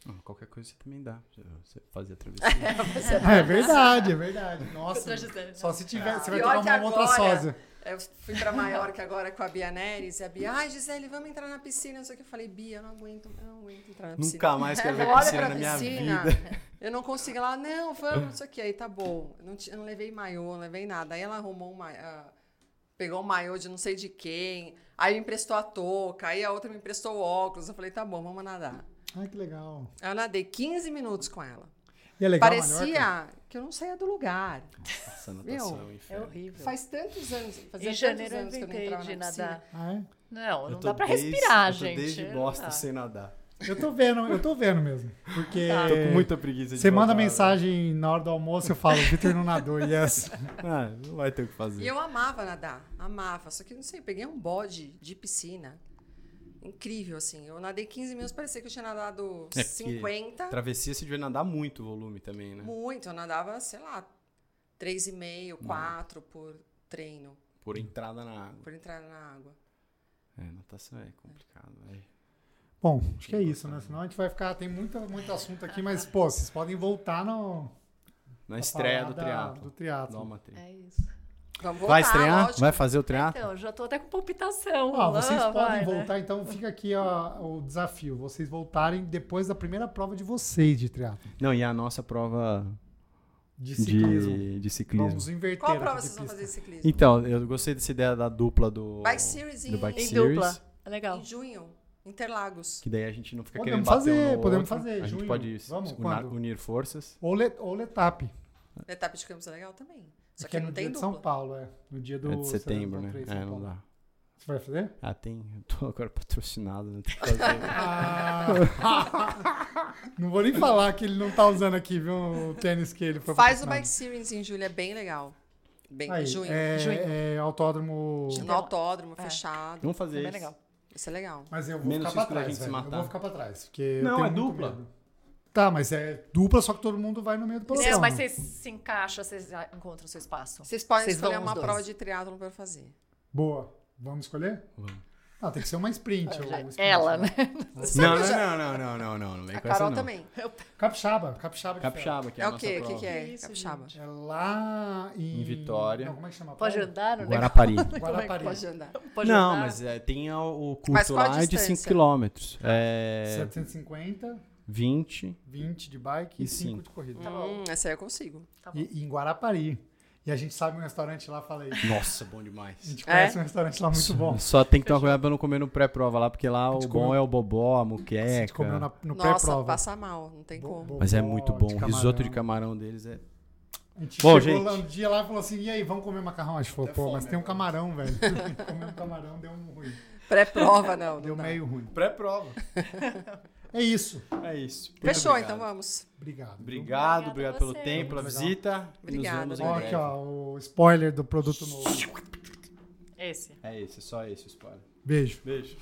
[SPEAKER 1] Ah, Qualquer coisa você também dá. Você fazia
[SPEAKER 3] [laughs]
[SPEAKER 1] travessia.
[SPEAKER 2] É verdade, é verdade. Nossa,
[SPEAKER 4] Eu tô ajudando. né?
[SPEAKER 2] só se tiver, você vai
[SPEAKER 3] Pior
[SPEAKER 2] tomar uma
[SPEAKER 3] que
[SPEAKER 2] outra
[SPEAKER 3] agora-
[SPEAKER 2] sósia.
[SPEAKER 3] Eu fui
[SPEAKER 1] [laughs]
[SPEAKER 3] pra Maiorca agora com a Bia Neres e a Bia, ai, Gisele, vamos entrar na piscina. Não sei o que. Eu falei, Bia, eu não aguento, eu não aguento entrar na piscina.
[SPEAKER 1] Nunca mais quero ver
[SPEAKER 3] Olha
[SPEAKER 1] piscina
[SPEAKER 3] pra
[SPEAKER 1] na minha
[SPEAKER 3] piscina.
[SPEAKER 1] vida.
[SPEAKER 3] Eu não consigo. Ela, não, vamos, não sei o que. Aí tá bom. Eu não, ti- eu não levei maiô, não levei nada. Aí ela arrumou um maiô. Pegou um maiô de não sei de quem. Aí me emprestou a touca. Aí a outra me emprestou o óculos. Eu falei, tá bom, vamos nadar.
[SPEAKER 2] Ai, que legal.
[SPEAKER 3] Aí Eu nadei 15 minutos com ela.
[SPEAKER 2] E é legal Mallorca?
[SPEAKER 3] Parecia que eu não saía do lugar.
[SPEAKER 1] Nossa, um
[SPEAKER 3] natação,
[SPEAKER 4] É horrível.
[SPEAKER 3] Faz tantos anos. Fazia
[SPEAKER 4] em janeiro
[SPEAKER 3] tantos anos que
[SPEAKER 4] eu
[SPEAKER 3] eu não
[SPEAKER 4] inventei
[SPEAKER 3] entrava
[SPEAKER 4] de
[SPEAKER 3] na piscina.
[SPEAKER 4] nadar.
[SPEAKER 2] Ah, é?
[SPEAKER 4] Não,
[SPEAKER 1] Eu
[SPEAKER 4] não
[SPEAKER 1] tô
[SPEAKER 4] dá pra
[SPEAKER 1] desde-
[SPEAKER 4] respirar,
[SPEAKER 1] eu tô
[SPEAKER 4] gente. Ah,
[SPEAKER 1] Desde
[SPEAKER 4] Não
[SPEAKER 1] bosta
[SPEAKER 4] dá.
[SPEAKER 1] sem nadar.
[SPEAKER 2] Eu tô vendo, eu tô vendo mesmo. Porque
[SPEAKER 1] Tô com muita preguiça de
[SPEAKER 2] você manda
[SPEAKER 1] voltar.
[SPEAKER 2] mensagem na hora do almoço, eu falo, Vitor não nadou, yes.
[SPEAKER 1] Ah, não vai ter o que fazer.
[SPEAKER 3] E eu amava nadar, amava. Só que não sei, eu peguei um bode de piscina. Incrível, assim. Eu nadei 15 minutos, parecia que eu tinha nadado
[SPEAKER 1] É, porque
[SPEAKER 3] 50.
[SPEAKER 2] tá.
[SPEAKER 1] Travessia se devia nadar muito o volume também, né?
[SPEAKER 3] Muito. Eu nadava, sei lá, 3,5, 4 por treino,
[SPEAKER 1] Por entrada na água.
[SPEAKER 3] por entrar na água.
[SPEAKER 1] É, natação é complicado. velho.
[SPEAKER 2] Bom, acho que é isso, né? Senão a gente vai ficar, tem muito, muito assunto aqui, mas, pô, vocês podem voltar no,
[SPEAKER 1] Na estreia do
[SPEAKER 2] parada
[SPEAKER 1] triatlo.
[SPEAKER 2] Do triatlo.
[SPEAKER 1] Dá uma tri.
[SPEAKER 4] É isso.
[SPEAKER 3] Vamos voltar,
[SPEAKER 1] Vai estrear?
[SPEAKER 3] lógico.
[SPEAKER 1] Vai fazer o triatlo?
[SPEAKER 4] Então, já tô até com palpitação.
[SPEAKER 2] Ah, vocês
[SPEAKER 4] Lá,
[SPEAKER 2] podem
[SPEAKER 4] vai, né?
[SPEAKER 2] voltar, então fica aqui ó, o desafio. Vocês voltarem depois da primeira prova de vocês de triatlo.
[SPEAKER 1] Não, e a nossa prova
[SPEAKER 2] De ciclismo.
[SPEAKER 1] de, de ciclismo.
[SPEAKER 2] Vamos inverter.
[SPEAKER 3] Qual
[SPEAKER 2] aqui de
[SPEAKER 3] prova vocês vão
[SPEAKER 2] pista.
[SPEAKER 3] fazer de ciclismo?
[SPEAKER 1] Então, eu gostei dessa ideia da dupla do
[SPEAKER 3] Bike Series
[SPEAKER 1] do
[SPEAKER 3] em,
[SPEAKER 1] Bike
[SPEAKER 4] Em
[SPEAKER 1] Series.
[SPEAKER 4] dupla. É legal.
[SPEAKER 3] em junho, Interlagos.
[SPEAKER 1] Que daí a gente não fica
[SPEAKER 2] Podemos
[SPEAKER 1] querendo bater um
[SPEAKER 2] fazer,
[SPEAKER 1] no
[SPEAKER 2] podemos
[SPEAKER 1] outro.
[SPEAKER 2] fazer,
[SPEAKER 1] A gente
[SPEAKER 2] junho.
[SPEAKER 1] pode se-
[SPEAKER 2] Vamos,
[SPEAKER 1] unar-
[SPEAKER 2] quando?
[SPEAKER 1] unir forças.
[SPEAKER 2] Ou, le, ou Letap.
[SPEAKER 3] Etapa de Campos é legal também. Só
[SPEAKER 2] Só
[SPEAKER 3] que,
[SPEAKER 2] que é
[SPEAKER 3] não
[SPEAKER 2] no
[SPEAKER 3] tem
[SPEAKER 2] dia de
[SPEAKER 3] dupla.
[SPEAKER 2] São Paulo, é. No dia do.
[SPEAKER 1] é de setembro, né?
[SPEAKER 2] 3, São
[SPEAKER 1] É, não
[SPEAKER 2] Paulo.
[SPEAKER 1] dá.
[SPEAKER 2] Você vai fazer?
[SPEAKER 1] Ah, tem. Eu tô agora patrocinado, né? Tem que fazer.
[SPEAKER 2] Ah, [laughs] não vou nem falar que ele não tá usando aqui, viu? O tênis que ele foi
[SPEAKER 3] Faz o
[SPEAKER 2] patrocinado.
[SPEAKER 3] Bike Series em julho, é bem legal. Bem,
[SPEAKER 2] Aí,
[SPEAKER 3] junho.
[SPEAKER 2] É, então.
[SPEAKER 4] junho.
[SPEAKER 2] é autódromo.
[SPEAKER 3] No autódromo, fechado.
[SPEAKER 1] Vamos fazer
[SPEAKER 4] É bem
[SPEAKER 1] isso.
[SPEAKER 4] legal.
[SPEAKER 3] Isso é legal.
[SPEAKER 2] Mas eu vou
[SPEAKER 1] Menos risco
[SPEAKER 2] ficar
[SPEAKER 1] da
[SPEAKER 2] pra trás.
[SPEAKER 1] gente se
[SPEAKER 2] velho. Eu
[SPEAKER 1] matar.
[SPEAKER 2] vou ficar pra trás. Porque eu
[SPEAKER 1] Não,
[SPEAKER 2] tenho
[SPEAKER 1] é
[SPEAKER 2] muito
[SPEAKER 1] dupla.
[SPEAKER 2] medo. Tá, mas é dupla, só que todo mundo vai no meio do pelotão.
[SPEAKER 4] Não, mas
[SPEAKER 2] né?
[SPEAKER 4] vocês se encaixam, vocês já encontram o seu espaço.
[SPEAKER 3] Vocês podem
[SPEAKER 4] Vocês
[SPEAKER 3] escolher
[SPEAKER 4] vão os
[SPEAKER 3] uma
[SPEAKER 4] dois.
[SPEAKER 3] prova de triatlon pra eu fazer.
[SPEAKER 2] Boa. Vamos escolher?
[SPEAKER 1] Vamos.
[SPEAKER 2] Ah, tem que ser uma sprint. ou um sprint,
[SPEAKER 4] Ela,
[SPEAKER 2] né?
[SPEAKER 4] né?
[SPEAKER 1] Não, não, não, não, não, não, não. vem
[SPEAKER 3] é? A
[SPEAKER 1] com essa,
[SPEAKER 3] Carol
[SPEAKER 1] não.
[SPEAKER 3] também.
[SPEAKER 2] Capixaba. Capixaba de
[SPEAKER 1] Capixaba, que é,
[SPEAKER 3] É
[SPEAKER 1] a
[SPEAKER 3] o
[SPEAKER 1] nossa
[SPEAKER 3] quê? O que,
[SPEAKER 1] prova.
[SPEAKER 3] que é?
[SPEAKER 4] Que isso,
[SPEAKER 3] Capixaba.
[SPEAKER 2] ferro. É lá em...
[SPEAKER 1] Em Vitória.
[SPEAKER 2] Não, como é que chama?
[SPEAKER 4] Pode
[SPEAKER 2] Paulo?
[SPEAKER 4] andar no
[SPEAKER 1] Guarapari.
[SPEAKER 2] Guarapari.
[SPEAKER 3] Pode andar.
[SPEAKER 4] Pode
[SPEAKER 1] não,
[SPEAKER 4] andar.
[SPEAKER 1] mas é, tem a- o
[SPEAKER 3] Mas
[SPEAKER 1] curso
[SPEAKER 3] qual a
[SPEAKER 1] lá é de 5
[SPEAKER 3] distância?
[SPEAKER 1] km. É
[SPEAKER 2] 750,
[SPEAKER 1] 20.
[SPEAKER 2] 20 de bike e
[SPEAKER 1] E
[SPEAKER 2] 5
[SPEAKER 1] cinco.
[SPEAKER 2] de corrida.
[SPEAKER 4] Tá bom. tá
[SPEAKER 3] Hum, essa aí eu consigo.
[SPEAKER 2] E, e em Guarapari. E a gente sabe um restaurante lá, falei. A
[SPEAKER 1] Nossa, bom demais.
[SPEAKER 2] gente
[SPEAKER 3] É?
[SPEAKER 2] conhece um restaurante lá muito bom.
[SPEAKER 1] Só tem que tomar cuidado pra não comer no pré-prova lá, porque lá o
[SPEAKER 2] gente
[SPEAKER 1] bom
[SPEAKER 2] comeu-
[SPEAKER 1] é o bobó, a
[SPEAKER 2] A gente comeu
[SPEAKER 1] muqueca.
[SPEAKER 2] na, no
[SPEAKER 3] Nossa,
[SPEAKER 2] pré-prova.
[SPEAKER 3] passa mal, não tem
[SPEAKER 2] Bo-
[SPEAKER 3] como.
[SPEAKER 2] bobó
[SPEAKER 1] Mas é muito bom.
[SPEAKER 2] de
[SPEAKER 1] O risoto de
[SPEAKER 2] camarão.
[SPEAKER 1] camarão deles é.
[SPEAKER 2] A gente
[SPEAKER 1] Bom,
[SPEAKER 2] chegou
[SPEAKER 1] gente.
[SPEAKER 2] lá um dia lá e falou assim: e aí, vamos comer macarrão? A gente falou:
[SPEAKER 1] Até
[SPEAKER 2] pô,
[SPEAKER 1] fome
[SPEAKER 2] mas tem um
[SPEAKER 1] agora. [laughs]
[SPEAKER 2] camarão, velho. Comer um camarão deu um ruim.
[SPEAKER 3] Pré-prova, não. não
[SPEAKER 2] Deu
[SPEAKER 3] dá.
[SPEAKER 2] meio ruim.
[SPEAKER 1] Pré-prova.
[SPEAKER 2] É isso.
[SPEAKER 1] É isso. Muito
[SPEAKER 3] Fechou,
[SPEAKER 1] obrigado.
[SPEAKER 3] então vamos.
[SPEAKER 2] Obrigado. viu?
[SPEAKER 1] Obrigado,
[SPEAKER 4] Obrigada
[SPEAKER 1] obrigado
[SPEAKER 4] a
[SPEAKER 1] pelo
[SPEAKER 4] você.
[SPEAKER 1] tempo, pela
[SPEAKER 2] Muito
[SPEAKER 1] visita. E
[SPEAKER 3] Obrigada,
[SPEAKER 1] Nos vemos em
[SPEAKER 2] Ó,
[SPEAKER 1] breve.
[SPEAKER 2] aqui, ó, o spoiler do produto novo.
[SPEAKER 4] Esse.
[SPEAKER 1] É esse, é só esse o spoiler.
[SPEAKER 2] Beijo.
[SPEAKER 1] Beijo.